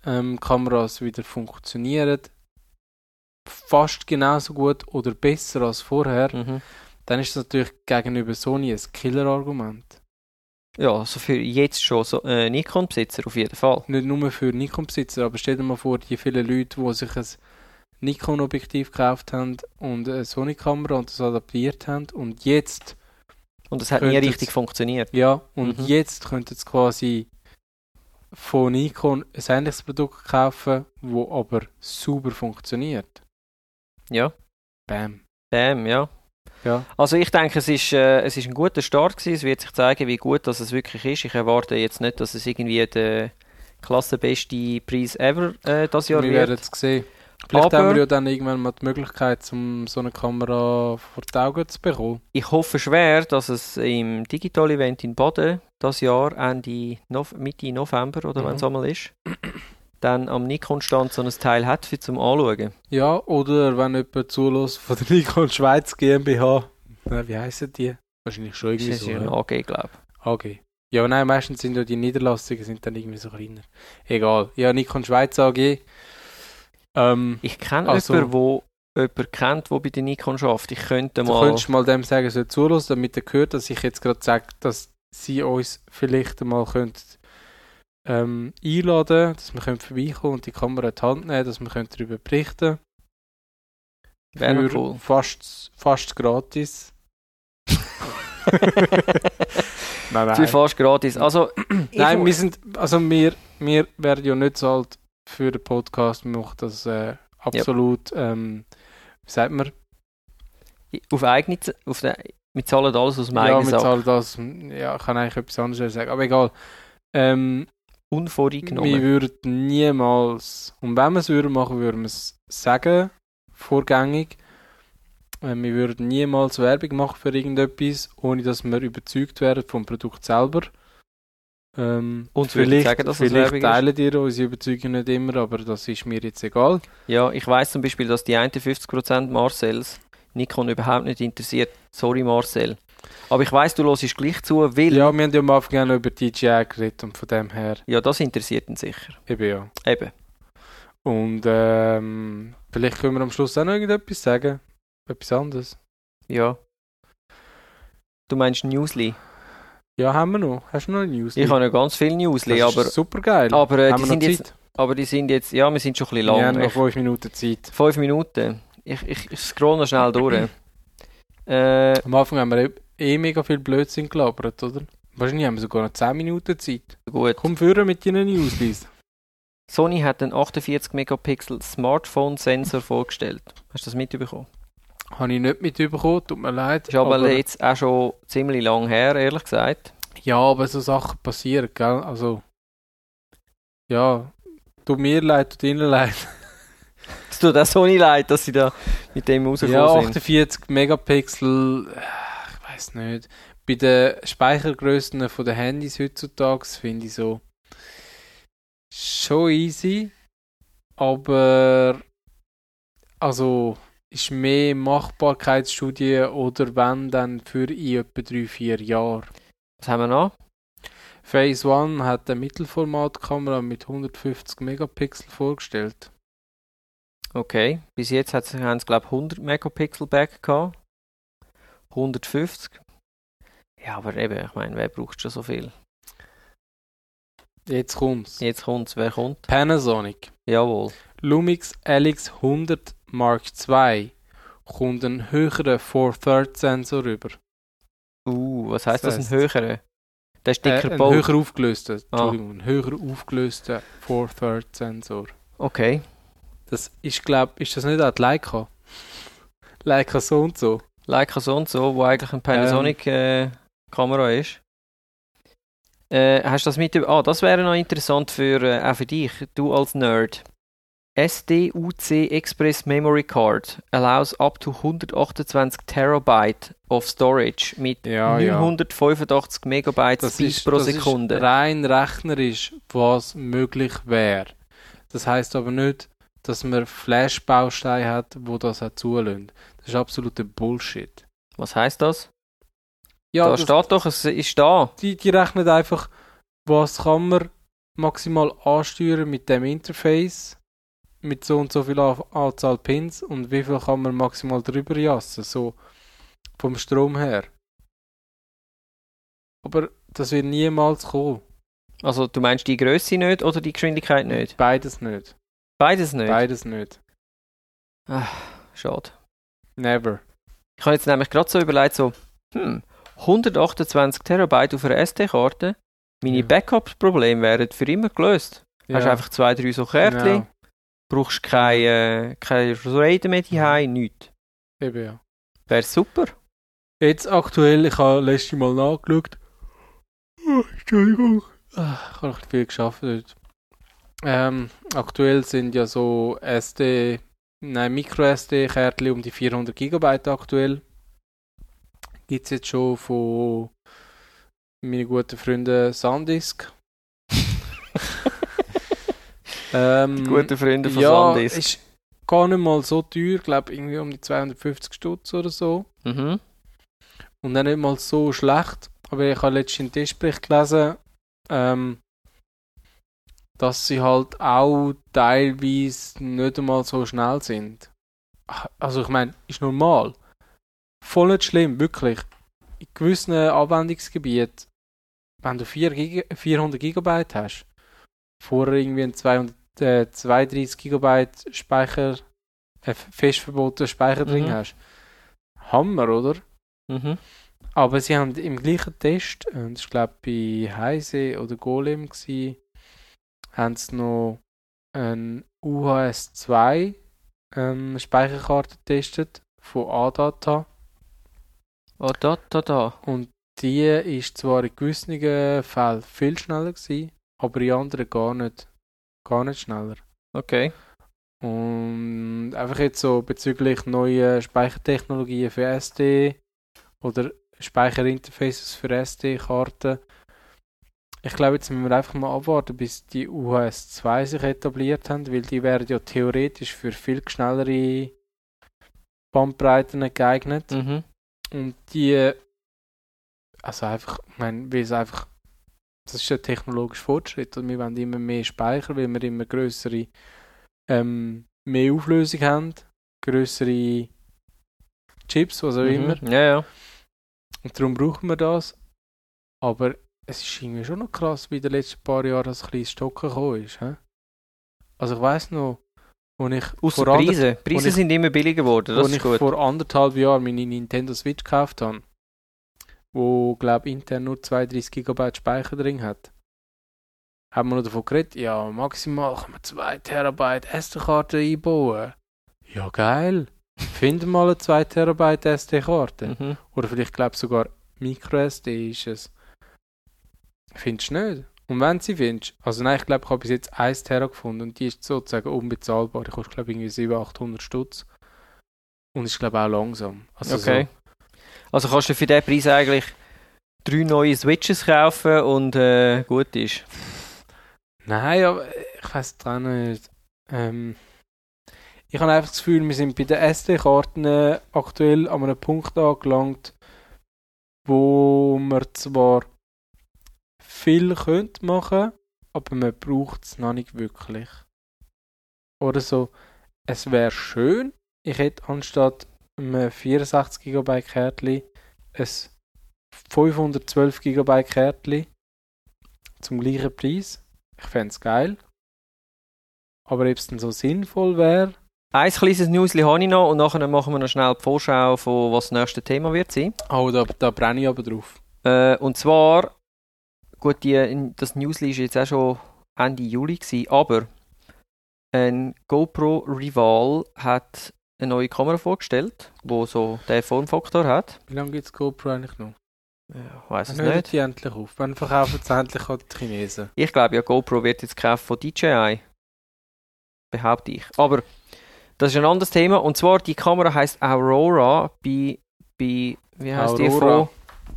S1: ähm, Z-Kameras wieder funktionieren, fast genauso gut oder besser als vorher,
S2: Mhm.
S1: dann ist das natürlich gegenüber Sony ein Killer-Argument.
S2: Ja, also für jetzt schon so, äh, Nikon-Besitzer auf jeden Fall.
S1: Nicht nur für Nikon-Besitzer, aber stell dir mal vor, die vielen Leute, die sich ein Nikon-Objektiv gekauft haben und eine Sony-Kamera und das adaptiert haben und jetzt
S2: Und es hat nie
S1: Könnte
S2: richtig
S1: es-
S2: funktioniert.
S1: Ja, und
S2: Mhm.
S1: jetzt könnten sie quasi von Nikon ein ähnliches Produkt kaufen, wo aber super funktioniert.
S2: Ja.
S1: Bam.
S2: Damn, ja.
S1: Ja.
S2: Also ich denke, es ist, äh, es ist ein guter Start gewesen. Es wird sich zeigen, wie gut das es wirklich ist. Ich erwarte jetzt nicht, dass es irgendwie der klassenbeste Preis ever äh, das Jahr
S1: wir
S2: wird.
S1: werden es sehen. Vielleicht
S2: Aber-
S1: haben wir ja dann irgendwann mal die Möglichkeit, um so eine Kamera vor die Augen zu bekommen.
S2: Ich hoffe schwer, dass es im Digital-Event in Baden das Jahr Ende Nov Mitte November oder
S1: Mhm.
S2: wenn es einmal ist, dann am Nikon-Stand so ein Teil hat für zum Anschauen.
S1: Ja, oder wenn jemand zulässt von der Nikon Schweiz GmbH. Nein, wie heißen die? Wahrscheinlich schon
S2: Das
S1: irgendwie
S2: ist
S1: so.
S2: ein
S1: ja.
S2: AG, glaube
S1: AG. Ja, aber nein, meistens sind ja die Niederlassungen sind dann irgendwie so kleiner. Egal. Ja, Nikon Schweiz AG. Ähm,
S2: ich. Ich kenne
S1: Also-
S2: jemanden, wo jemanden kennt, der bei der Nikon schafft. Ich könnte
S1: du
S2: mal...
S1: könntest mal dem sagen, er soll zuhören, damit er hört, dass ich jetzt gerade sage, dass sie uns vielleicht mal könnten, ähm, einladen dass wir können vorbeikommen und die Kamera in die Hand nehmen, dass wir können darüber berichten
S2: Wäre noch
S1: Für
S2: cool.
S1: fast, fast gratis. Nein,
S2: Für fast gratis. Also, ich-
S1: Nein, wir sind, also wir, wir werden ja nicht zahlt für den Podcast, wir machen das äh, absolut, ähm, wie sagt man,
S2: auf eigene, Z- auf der, wir zahlen alles aus dem
S1: ja,
S2: eigenen
S1: wir
S2: Sack.
S1: zahlen das, ja, ich kann eigentlich etwas anderes sagen, aber egal. Ähm, wir
S2: Unvoreingenommen.
S1: würden niemals, und wenn wir es würden machen, würden wir es sagen, vorgängig, Äh, wir würden niemals Werbung machen für irgendetwas, ohne dass wir überzeugt werden vom Produkt selber. Ähm,
S2: Und würden
S1: vielleicht,
S2: sagen, dass es
S1: vielleicht
S2: Werbung ist.
S1: teilen dir unsere Überzeugung nicht immer, aber das ist mir jetzt egal.
S2: Ja, ich weiß zum Beispiel, dass die einen 50% Marcells Nikon überhaupt nicht interessiert. Sorry Marcel. Aber ich weiß, du hörst gleich zu, weil ja.
S1: Ja, wir haben ja am Anfang auch noch über DJI geredet und von dem her
S2: das interessiert ihn sicher.
S1: eben ja.
S2: Eben.
S1: Und ähm, vielleicht können wir am Schluss auch noch irgendetwas sagen. Etwas anderes.
S2: Ja. Du meinst Newsly?
S1: Ja, haben wir noch. Hast du noch eine News?
S2: Ich habe noch ganz viele Newsly, aber,
S1: super geil.
S2: aber, äh,
S1: haben
S2: die
S1: wir noch
S2: sind
S1: Zeit?
S2: jetzt, aber die sind jetzt, ja, wir sind schon ein bisschen
S1: wir haben
S2: lang.
S1: noch
S2: Ich,
S1: fünf Minuten Zeit.
S2: fünf Minuten. Ich, ich, ich scroll noch schnell durch. äh,
S1: Am Anfang haben wir eh eh mega viel Blödsinn gelabert, oder? Wahrscheinlich haben wir sogar noch 10 Minuten Zeit.
S2: gut.
S1: Komm führen mit deinen Newsleys.
S2: Sony hat einen 48 Megapixel Smartphone Sensor vorgestellt. Hast du das mitbekommen?
S1: habe ich nicht mitbekommen, tut mir leid.
S2: Ist aber, jetzt auch schon ziemlich lang her, ehrlich gesagt.
S1: ja, aber so Sachen passieren, gell? Also, ja, tut mir leid, tut ihnen leid.
S2: Es tut auch Sony leid, dass sie da mit dem rausgekommen
S1: Ja,
S2: sind.
S1: 48 Megapixel, äh, ich weiß nicht. Bei den Speichergrößen von den Handys heutzutage finde ich so schon easy, aber also ist mehr Machbarkeitsstudie oder wenn dann für in etwa 3-4 Jahre.
S2: Was haben wir noch?
S1: Phase One hat eine Mittelformatkamera mit 150 Megapixel vorgestellt.
S2: Okay, bis jetzt hat's- haben sie, glaube ich, 100 Megapixel Back gehabt. 150. Ja, aber eben, ich meine, wer braucht schon so viel?
S1: Jetzt kommt's.
S2: Jetzt kommt's, wer kommt?
S1: Panasonic.
S2: Jawohl.
S1: Lumix LX100 Mark II kommt einen höheren 4-Third-Sensor über.
S2: Uh, was heisst
S1: Das
S2: das, ein höherer? Der ist
S1: Äh,
S2: dicker
S1: einen
S2: gebaut.
S1: höher aufgelösten,
S2: Ah.
S1: Entschuldigung, einen höher aufgelösten 4-Third-Sensor.
S2: Okay.
S1: Das ist, glaube ist das nicht auch die Leica? Leica so und so.
S2: Leica so und so, wo eigentlich eine
S1: Ähm.
S2: Panasonic-Kamera ist. Äh, hast du das mit? Ah, das wäre noch interessant für äh, auch für dich, du als Nerd. SDUC Express Memory Card allows up to 128 Terabyte of storage mit
S1: Ja, ja.
S2: 985 Megabytes
S1: Das
S2: Speed
S1: ist,
S2: pro
S1: das
S2: Sekunde.
S1: ist rein rechnerisch, was möglich wäre. Das heißt aber nicht, dass man Flash-Bausteine hat, wo das auch zulässt. Das ist absoluter Bullshit.
S2: Was heißt das?
S1: Ja,
S2: da
S1: das-
S2: steht doch, es ist da.
S1: die, die rechnen einfach, was kann man maximal ansteuern mit dem Interface, mit so und so viel An- Anzahl Pins und wie viel kann man maximal drüber jassen, so vom Strom her. Aber das wird niemals kommen.
S2: Also du meinst die Größe nicht oder die Geschwindigkeit nicht?
S1: Beides nicht.
S2: Beides nicht.
S1: Beides nicht.
S2: Schade.
S1: Never.
S2: Ich habe jetzt nämlich gerade so überlegt, so, hm, 128 Terabyte auf einer SD-Karte, meine
S1: Ja.
S2: Backup-Probleme wären für immer gelöst. Hast
S1: Ja.
S2: einfach zwei, drei so Kärtchen,
S1: Genau.
S2: brauchst keine, äh, keine Rede mehr daheim, nichts.
S1: Eben, ja.
S2: Wäre super.
S1: Jetzt aktuell, ich habe letztes Mal nachgeschaut. Oh, Entschuldigung. Ah, Ich habe noch viel geschafft heute. Ähm, aktuell sind ja so SD, nein, Micro-SD-Kärtchen um die 400 GB aktuell. Gibt es jetzt schon von meinen guten Freunden Sandisk. Ähm,
S2: Gute Freunde von
S1: ja,
S2: Sandisk.
S1: ist gar nicht mal so teuer, ich glaube irgendwie um die 250 Stutz oder so.
S2: Mhm.
S1: Und dann nicht mal so schlecht. Aber ich habe letztens einen Testbericht gelesen, ähm, dass sie halt auch teilweise nicht einmal so schnell sind. Ach, Also ich meine, ist normal. Voll nicht schlimm, wirklich. In gewissen Anwendungsgebieten, wenn du 4 Giga 400 GB hast, vorher irgendwie ein 200, äh, 32 GB Speicher, äh, fest verbotenen Speicher drin
S2: Mhm.
S1: hast, Hammer, oder?
S2: Mhm.
S1: Aber sie haben im gleichen Test, äh, und ich glaube bei Heise oder Golem, gsi, haben sie noch einen UHS-2 ähm, Speicherkarte getestet von ADATA.
S2: Oh, da, da, da.
S1: Und die ist zwar in gewissen Fällen viel schneller gewesen, aber in anderen gar nicht, gar nicht schneller.
S2: Okay.
S1: Und einfach jetzt so bezüglich neuer Speichertechnologien für SD oder Speicherinterfaces für SD-Karten. Ich glaube, jetzt müssen wir einfach mal abwarten, bis die UHS 2 sich etabliert haben, weil die wären ja theoretisch für viel schnellere Bandbreiten geeignet.
S2: Mhm.
S1: Und die, also einfach, ich meine, weil es einfach, das ist ein technologischer Fortschritt und wir wollen immer mehr Speicher, weil wir immer größere, ähm, mehr Auflösung haben, größere Chips, was auch immer.
S2: Mhm. Ja, ja.
S1: Und darum brauchen wir das. Aber es ist irgendwie schon noch krass, wie in den letzten paar Jahren das ein bisschen ins Stocken gekommen ist. Hä? Also ich weiss noch, wo ich,
S2: Außer
S1: vor, ander-
S2: Preise.
S1: und
S2: Preise
S1: ich-
S2: sind immer billiger geworden,
S1: wo
S2: das
S1: ich
S2: ist gut.
S1: vor anderthalb Jahren meine Nintendo Switch gekauft habe, wo, glaube ich, intern nur 32 GB Speicher drin hat. Haben wir noch davon geredet? Ja, maximal kann man 2 Terabyte SD-Karte einbauen. Ja, geil. Finden wir mal eine 2 Terabyte SD-Karte.
S2: Mhm.
S1: Oder vielleicht glaube ich sogar MicroSD ist es. Findest du nicht? Und wenn sie findest, also nein, ich glaube, ich habe bis jetzt 1 Terra gefunden und die ist sozusagen unbezahlbar. Die kostet, glaube ich, irgendwie 700, 800 Stutz. Und ist, glaube ich, auch langsam. Also
S2: Okay. Also kannst du für diesen Preis eigentlich drei neue Switches kaufen und äh, gut ist.
S1: So. Nein, aber ich weiß es auch nicht. Ähm, ich habe einfach das Gefühl, wir sind bei den SD-Karten aktuell an einem Punkt angelangt, wo man zwar viel könnte machen, aber man braucht es noch nicht wirklich. Oder so, es wäre schön, ich hätte anstatt einem 64 GB Kärtchen ein 512 GB Kärtchen zum gleichen Preis. Ich fände es geil. Aber ob es denn so sinnvoll wäre,
S2: Ein kleines Newsli habe ich noch und nachher machen wir noch schnell die Vorschau von was das nächste Thema wird sein.
S1: oh, da, da brenne ich aber drauf.
S2: Äh, und zwar, gut, die, das Newsli ist jetzt auch schon Ende Juli gewesen, aber ein GoPro Rival hat eine neue Kamera vorgestellt, wo so der Formfaktor hat.
S1: Wie lange gibt es GoPro eigentlich noch?
S2: Ja, weiß es
S1: Wann hören
S2: nicht.
S1: die endlich auf? Wann verkaufen sie endlich an die Chinesen?
S2: Ich glaube ja, GoPro wird jetzt gekauft von DJI. Behaupte ich. Aber das ist ein anderes Thema. Und zwar, die Kamera heißt Aurora bei, bei wie heißt die
S1: Aurora.
S2: von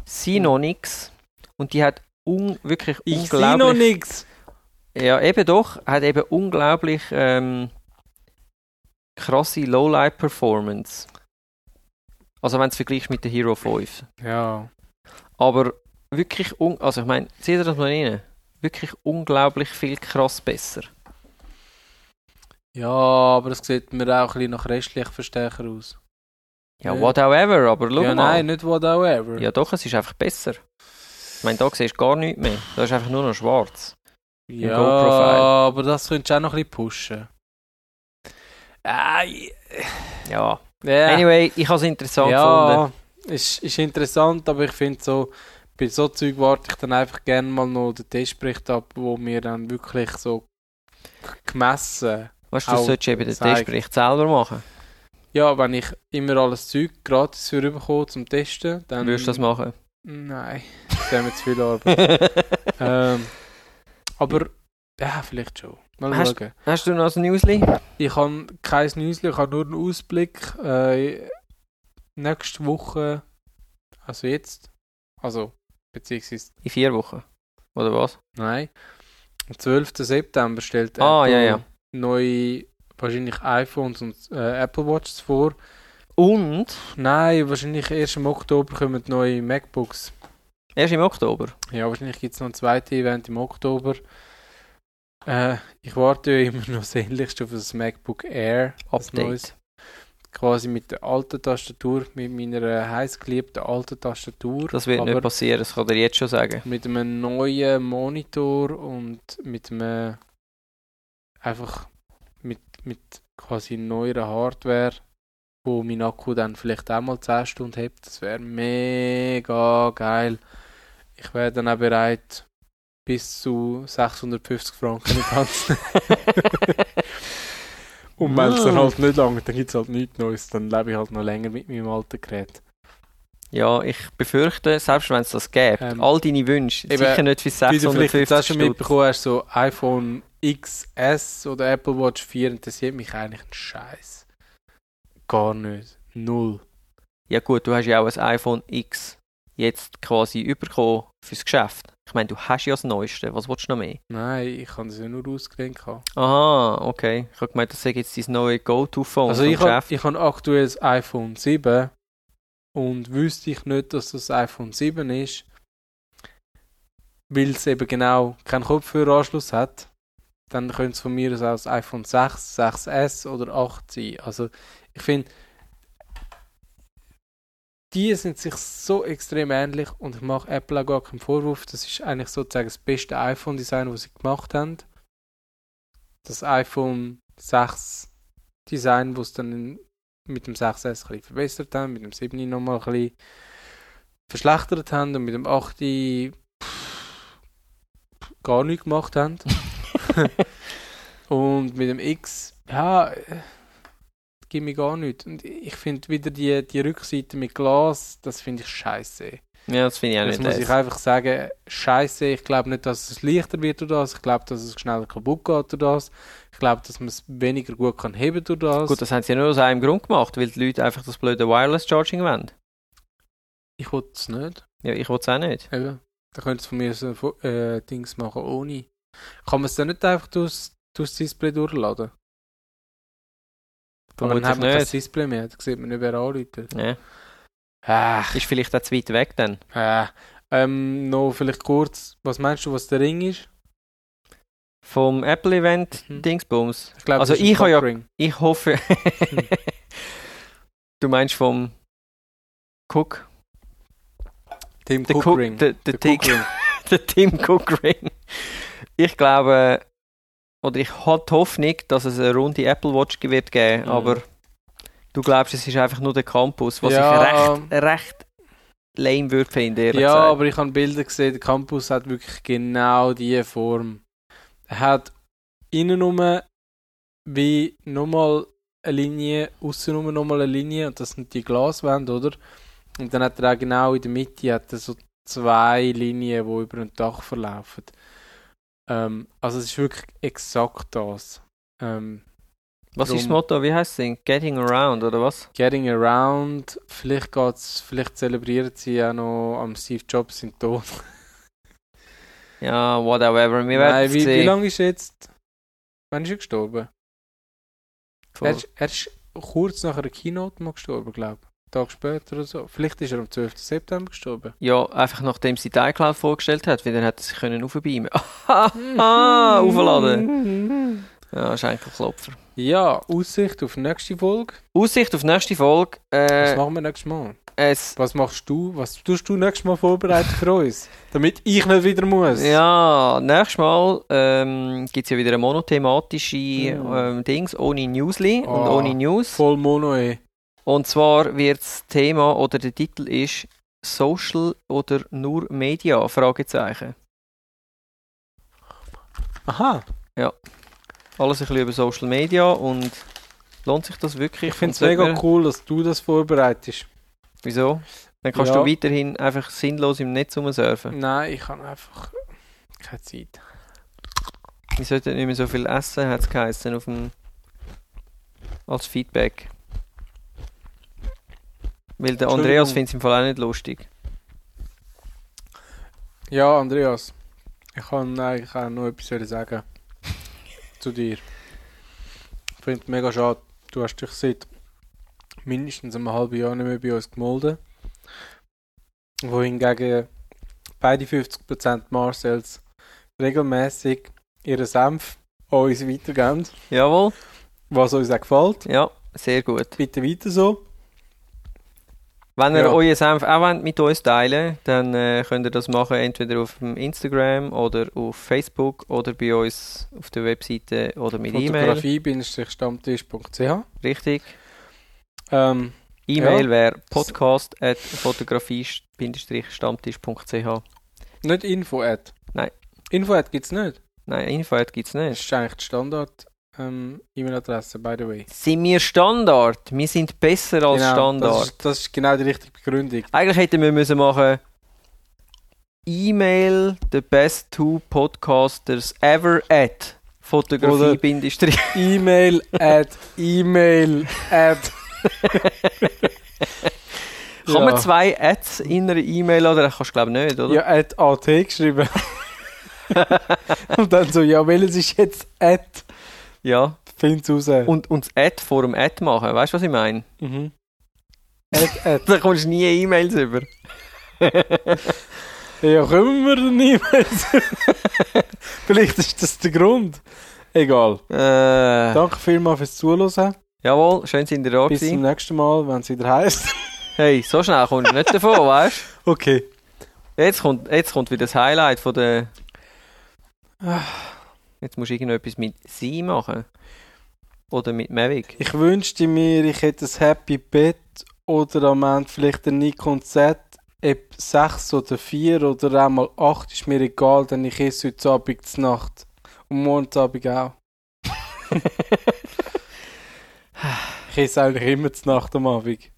S2: Synonix. Und die hat un, wirklich
S1: Ich sehe noch
S2: unglaublich...
S1: nichts!
S2: Ja, eben doch. Hat eben unglaublich ähm, krasse Lowlight-Performance. Also wenn du es vergleichst mit der Hero 5.
S1: Ja.
S2: Aber wirklich, un also ich meine, seht ihr das mal rein? Wirklich unglaublich viel krass besser.
S1: Ja, aber es sieht mir auch ein bisschen nach restlich Verstärker aus.
S2: Ja,
S1: Ja.
S2: whatever, aber schau
S1: ja,
S2: mal.
S1: nein, nicht whatever.
S2: Ja doch, es ist einfach besser. Ich meine, da siehst du gar nichts mehr. Da ist einfach nur noch schwarz.
S1: ja
S2: Go-Profile.
S1: aber das könntest du auch noch ein bisschen pushen. Ei,
S2: Ja.
S1: ja.
S2: Anyway, ich habe es interessant gefunden.
S1: ja, ist, ist interessant, aber ich finde so, bei so Zeug warte ich dann einfach gerne mal noch den Testbericht ab, wo mir dann wirklich so g- gemessen.
S2: Weißt du, du
S1: Auch
S2: solltest eben den
S1: zeigt.
S2: Testbericht selber machen.
S1: Ja, wenn ich immer alles Zeug gratis für bekomme zum Testen, dann.
S2: Würdest du das machen?
S1: Nein, das wäre mir zu viel Arbeit. ähm, aber ja, vielleicht schon. Mal
S2: Hast-
S1: schauen.
S2: Hast du noch ein Newsli?
S1: Ich habe kein Newsli, ich habe nur einen Ausblick. Äh, nächste Woche, also jetzt, also beziehungsweise
S2: In vier Wochen. Oder was?
S1: Nein. Am 12. September stellt
S2: Ah,
S1: Apple
S2: ja, ja.
S1: neue, wahrscheinlich iPhones und äh, Apple Watches vor.
S2: Und?
S1: Nein, wahrscheinlich erst im Oktober kommen neue MacBooks.
S2: Erst im Oktober.
S1: Ja, wahrscheinlich gibt es noch ein zweites Event im Oktober. Äh, ich warte ja immer noch sehnlichst auf das MacBook Air. das Neues.
S2: Update.
S1: Quasi mit der alten Tastatur, mit meiner äh, heißgeliebten alten Tastatur.
S2: Das wird
S1: Aber-
S2: nicht passieren, das kann dir jetzt schon sagen.
S1: mit einem neuen Monitor und mit einem einfach mit, mit quasi neuer Hardware, wo mein Akku dann vielleicht auch mal 10 Stunden hebt, das wäre mega geil. Ich wäre dann auch bereit, bis zu 650 Franken in die Hand zu nehmen. Und wenn es dann halt nicht langt, dann gibt es halt nichts Neues, dann lebe ich halt noch länger mit meinem alten Gerät.
S2: Ja, ich befürchte, selbst wenn es das gäbe,
S1: Ähm,
S2: all deine Wünsche,
S1: eben,
S2: sicher nicht für
S1: Wie du vielleicht jetzt auch
S2: 650
S1: schon
S2: Stutz.
S1: mitbekommen hast, so iPhone XS oder Apple Watch 4 interessiert mich eigentlich ein Scheiß. Gar nicht. Null.
S2: Ja gut, du hast ja auch ein iPhone X. jetzt quasi überkommen fürs Geschäft? Ich meine, du hast ja das Neueste, was willst du noch mehr?
S1: Nein, ich kann das ja nur ausgelehnt haben.
S2: Aha, okay. Ich habe gemeint, das sei jetzt dein neue Go-To-Phone
S1: Also
S2: vom
S1: ich habe ich hab aktuell das iPhone 7 und wüsste ich nicht, dass das iPhone 7 ist, weil es eben genau keinen Kopfhöreranschluss hat, dann könnte es von mir aus auch das iPhone 6, 6S oder 8 sein. Also ich finde, die sind sich so extrem ähnlich und ich mache Apple auch gar keinen Vorwurf. Das ist eigentlich sozusagen das beste iPhone-Design, das sie gemacht haben. Das iPhone 6 Design, das sie dann mit dem 6S ein bisschen verbessert haben, mit dem 7 nochmal ein bisschen verschlechtert haben und mit dem 8 pff, gar nichts gemacht haben. und mit dem X, ja, äh, gibt mir gar nichts. Und ich finde wieder die, die Rückseite mit Glas, das finde ich scheiße.
S2: Ja, das finde ich auch
S1: Das
S2: nicht
S1: muss
S2: nice.
S1: ich einfach sagen, scheiße, ich glaube nicht, dass es leichter wird durch das, ich glaube, dass es schneller kaputt geht durch das, ich glaube, dass man es weniger gut kann heben durch das.
S2: Gut, das haben sie ja nur aus einem Grund gemacht, weil die Leute einfach das blöde Wireless-Charging wollen.
S1: Ich will es nicht.
S2: Ja, ich will es auch nicht.
S1: Eben. Dann könntest du von mir so ein Fo- äh, Dings machen ohne. Kann man es dann nicht einfach durchs, durchs Display durchladen? Aber dann
S2: Vermutlich
S1: hat man kein
S2: nicht.
S1: Display mehr, dann sieht man nicht, wer anruft.
S2: Ja.
S1: Ah,
S2: Ist vielleicht auch zu weit weg dann.
S1: ah. Ähm, noch vielleicht kurz, was meinst du, was der Ring ist?
S2: Vom Apple-Event
S1: Mhm.
S2: Dingsbums.
S1: Ich glaube,
S2: Also
S1: das ist ein
S2: ich habe ja-
S1: Cockring.
S2: Ich hoffe.
S1: Hm.
S2: du meinst vom Cook?
S1: Tim
S2: Der
S1: Cook
S2: Cook,
S1: Ring.
S2: der, der,
S1: Der
S2: Tim-
S1: Cook Ring.
S2: der Tim Cook Ring. Ich glaube, oder ich hatte die Hoffnung, dass es eine runde Apple Watch wird geben,
S1: Mhm.
S2: aber du glaubst, es ist einfach nur der Campus, was
S1: Ja.
S2: ich recht, recht lame würde finden, ehrlich
S1: Ja,
S2: gesagt.
S1: aber ich habe Bilder gesehen, der Campus hat wirklich genau diese Form. Er hat innenrum wie nochmal eine Linie, außenrum nochmal eine Linie und das sind die Glaswände, oder? Und dann hat er auch genau in der Mitte hat er so zwei Linien, die über ein Dach verlaufen. Ähm, also es ist wirklich exakt das. Ähm,
S2: was ist das
S1: drum-
S2: Motto? Wie heißt es denn? Getting around, oder was?
S1: Getting Around, vielleicht geht's, vielleicht zelebrieren sie ja noch am Steve Jobs sind Tod.
S2: Ja, whatever. Wir werden
S1: Nein,
S2: es
S1: wie, wie
S2: sehen.
S1: lange ist jetzt? Wann ist er gestorben? Er ist, er ist kurz nach einer Keynote mal gestorben, glaube ich. Einen Tag später oder so. Vielleicht ist er am 12. September gestorben.
S2: Ja, einfach nachdem sie die iCloud vorgestellt hat, weil dann hätte sie können aufbeamen. Ah, aufladen.
S1: aufladen.
S2: Ja, ist eigentlich ein Klopfer.
S1: Ja, Aussicht auf die nächste Folge.
S2: Aussicht auf die nächste Folge.
S1: Was
S2: Äh,
S1: machen wir nächstes Mal?
S2: es,
S1: Was machst du? Was tust du nächstes Mal vorbereiten für uns? Damit ich nicht wieder muss.
S2: ja, nächstes Mal ähm, gibt es ja wieder eine monothematische
S1: Hm.
S2: ähm, Dings ohne Newsli und
S1: Oh.
S2: ohne News.
S1: Voll Mono, ey.
S2: Und zwar wird das Thema oder der Titel ist Social oder nur Media? Fragezeichen.
S1: Aha.
S2: Alles ein bisschen über Social Media und lohnt sich das wirklich?
S1: Ich finde es
S2: Und äh, sollte
S1: mega
S2: man-
S1: cool, dass du das vorbereitest.
S2: Wieso? Dann kannst
S1: Ja.
S2: du weiterhin einfach sinnlos im Netz rumsurfen.
S1: Nein, ich habe einfach keine Zeit.
S2: Ich sollte nicht mehr so viel essen, hat es geheißen, auf dem, als Feedback. Weil der Andreas
S1: Entschuldigung.
S2: findet es im Fall auch nicht lustig.
S1: Ja, Andreas, ich kann eigentlich auch noch etwas wollen sagen zu dir. Ich finde es mega schade, du hast dich seit mindestens einem halben Jahr nicht mehr bei uns gemeldet. Wohingegen beide 50% Marcells regelmäßig ihren Senf an uns weitergeben,
S2: Jawohl,
S1: was uns auch gefällt.
S2: ja, sehr gut.
S1: Bitte weiter so.
S2: Wenn ihr
S1: Ja.
S2: euren Senf auch wollt, mit uns teilen dann äh, könnt ihr das machen, entweder auf dem Instagram oder auf Facebook oder bei uns auf der Webseite oder mit E-Mail.
S1: Fotografie-stammtisch.ch
S2: Richtig.
S1: ähm,
S2: E-Mail
S1: Ja.
S2: wäre podcast.fotografie-stammtisch.ch
S1: Nicht Info-Ad.
S2: Nein.
S1: Info-Ad gibt es nicht.
S2: Nein, Info gibt es
S1: Das
S2: nicht.
S1: ist eigentlich die Standard-E-Mail-Adresse, by the way. Genau,
S2: Sind wir Standard? Wir sind besser als
S1: Das
S2: Standard.
S1: ist, das ist genau die richtige Begründung.
S2: Eigentlich hätten wir müssen machen E-Mail the best two podcasters ever at
S1: Oder-
S2: Fotografie-Bindestrich.
S1: E-Mail at E-Mail at
S2: Kann man zwei Ads in einer E-Mail oder das kannst du glaube ich nicht, oder?
S1: Ja, at AT geschrieben. und dann so, ja, welches ist jetzt at?
S2: Ja.
S1: Find's raus.
S2: Und, und das Ad vor dem Ad machen, weißt du, was ich meine?
S1: mhm. At, at.
S2: Da kommst du nie E-Mails über.
S1: Ja, kommen wir denn niemals? Vielleicht ist das der Grund. Egal.
S2: Äh,
S1: Danke vielmals fürs Zuhören.
S2: jawohl, schön sind ihr da
S1: Bis zum
S2: gewesen.
S1: nächsten Mal, wenn es wieder heißt.
S2: Hey, so schnell kommst du nicht davon, weißt
S1: Okay.
S2: du? Jetzt kommt, jetzt kommt wieder das Highlight von der... Ah, Jetzt musst du irgendetwas mit sie machen. Oder mit Mavic.
S1: Ich wünschte mir, ich hätte ein Happy Bett oder am Ende vielleicht ein Nikon Z. Ob 6 oder 4 oder einmal 8 ist mir egal, denn ich esse heute Abend zur Nacht. Und morgen Abend auch. Ich esse eigentlich immer zur Nacht am Abend.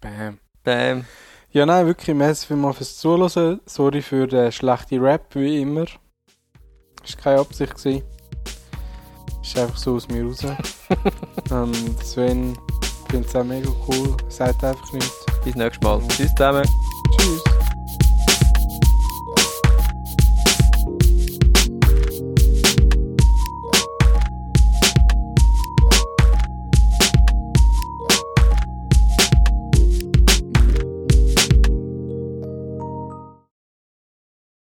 S1: Bam.
S2: Bam.
S1: Ja, nein, wirklich, merci vielmals fürs Zuhören. Sorry für den schlechten Rap, wie immer. Ist keine Absicht. Gewesen. Ist einfach so aus mir raus. ähm, Sven, ich finde es auch mega cool. Sagt einfach nichts.
S2: Bis nächstes Mal. Tschüss zusammen.
S1: Tschüss.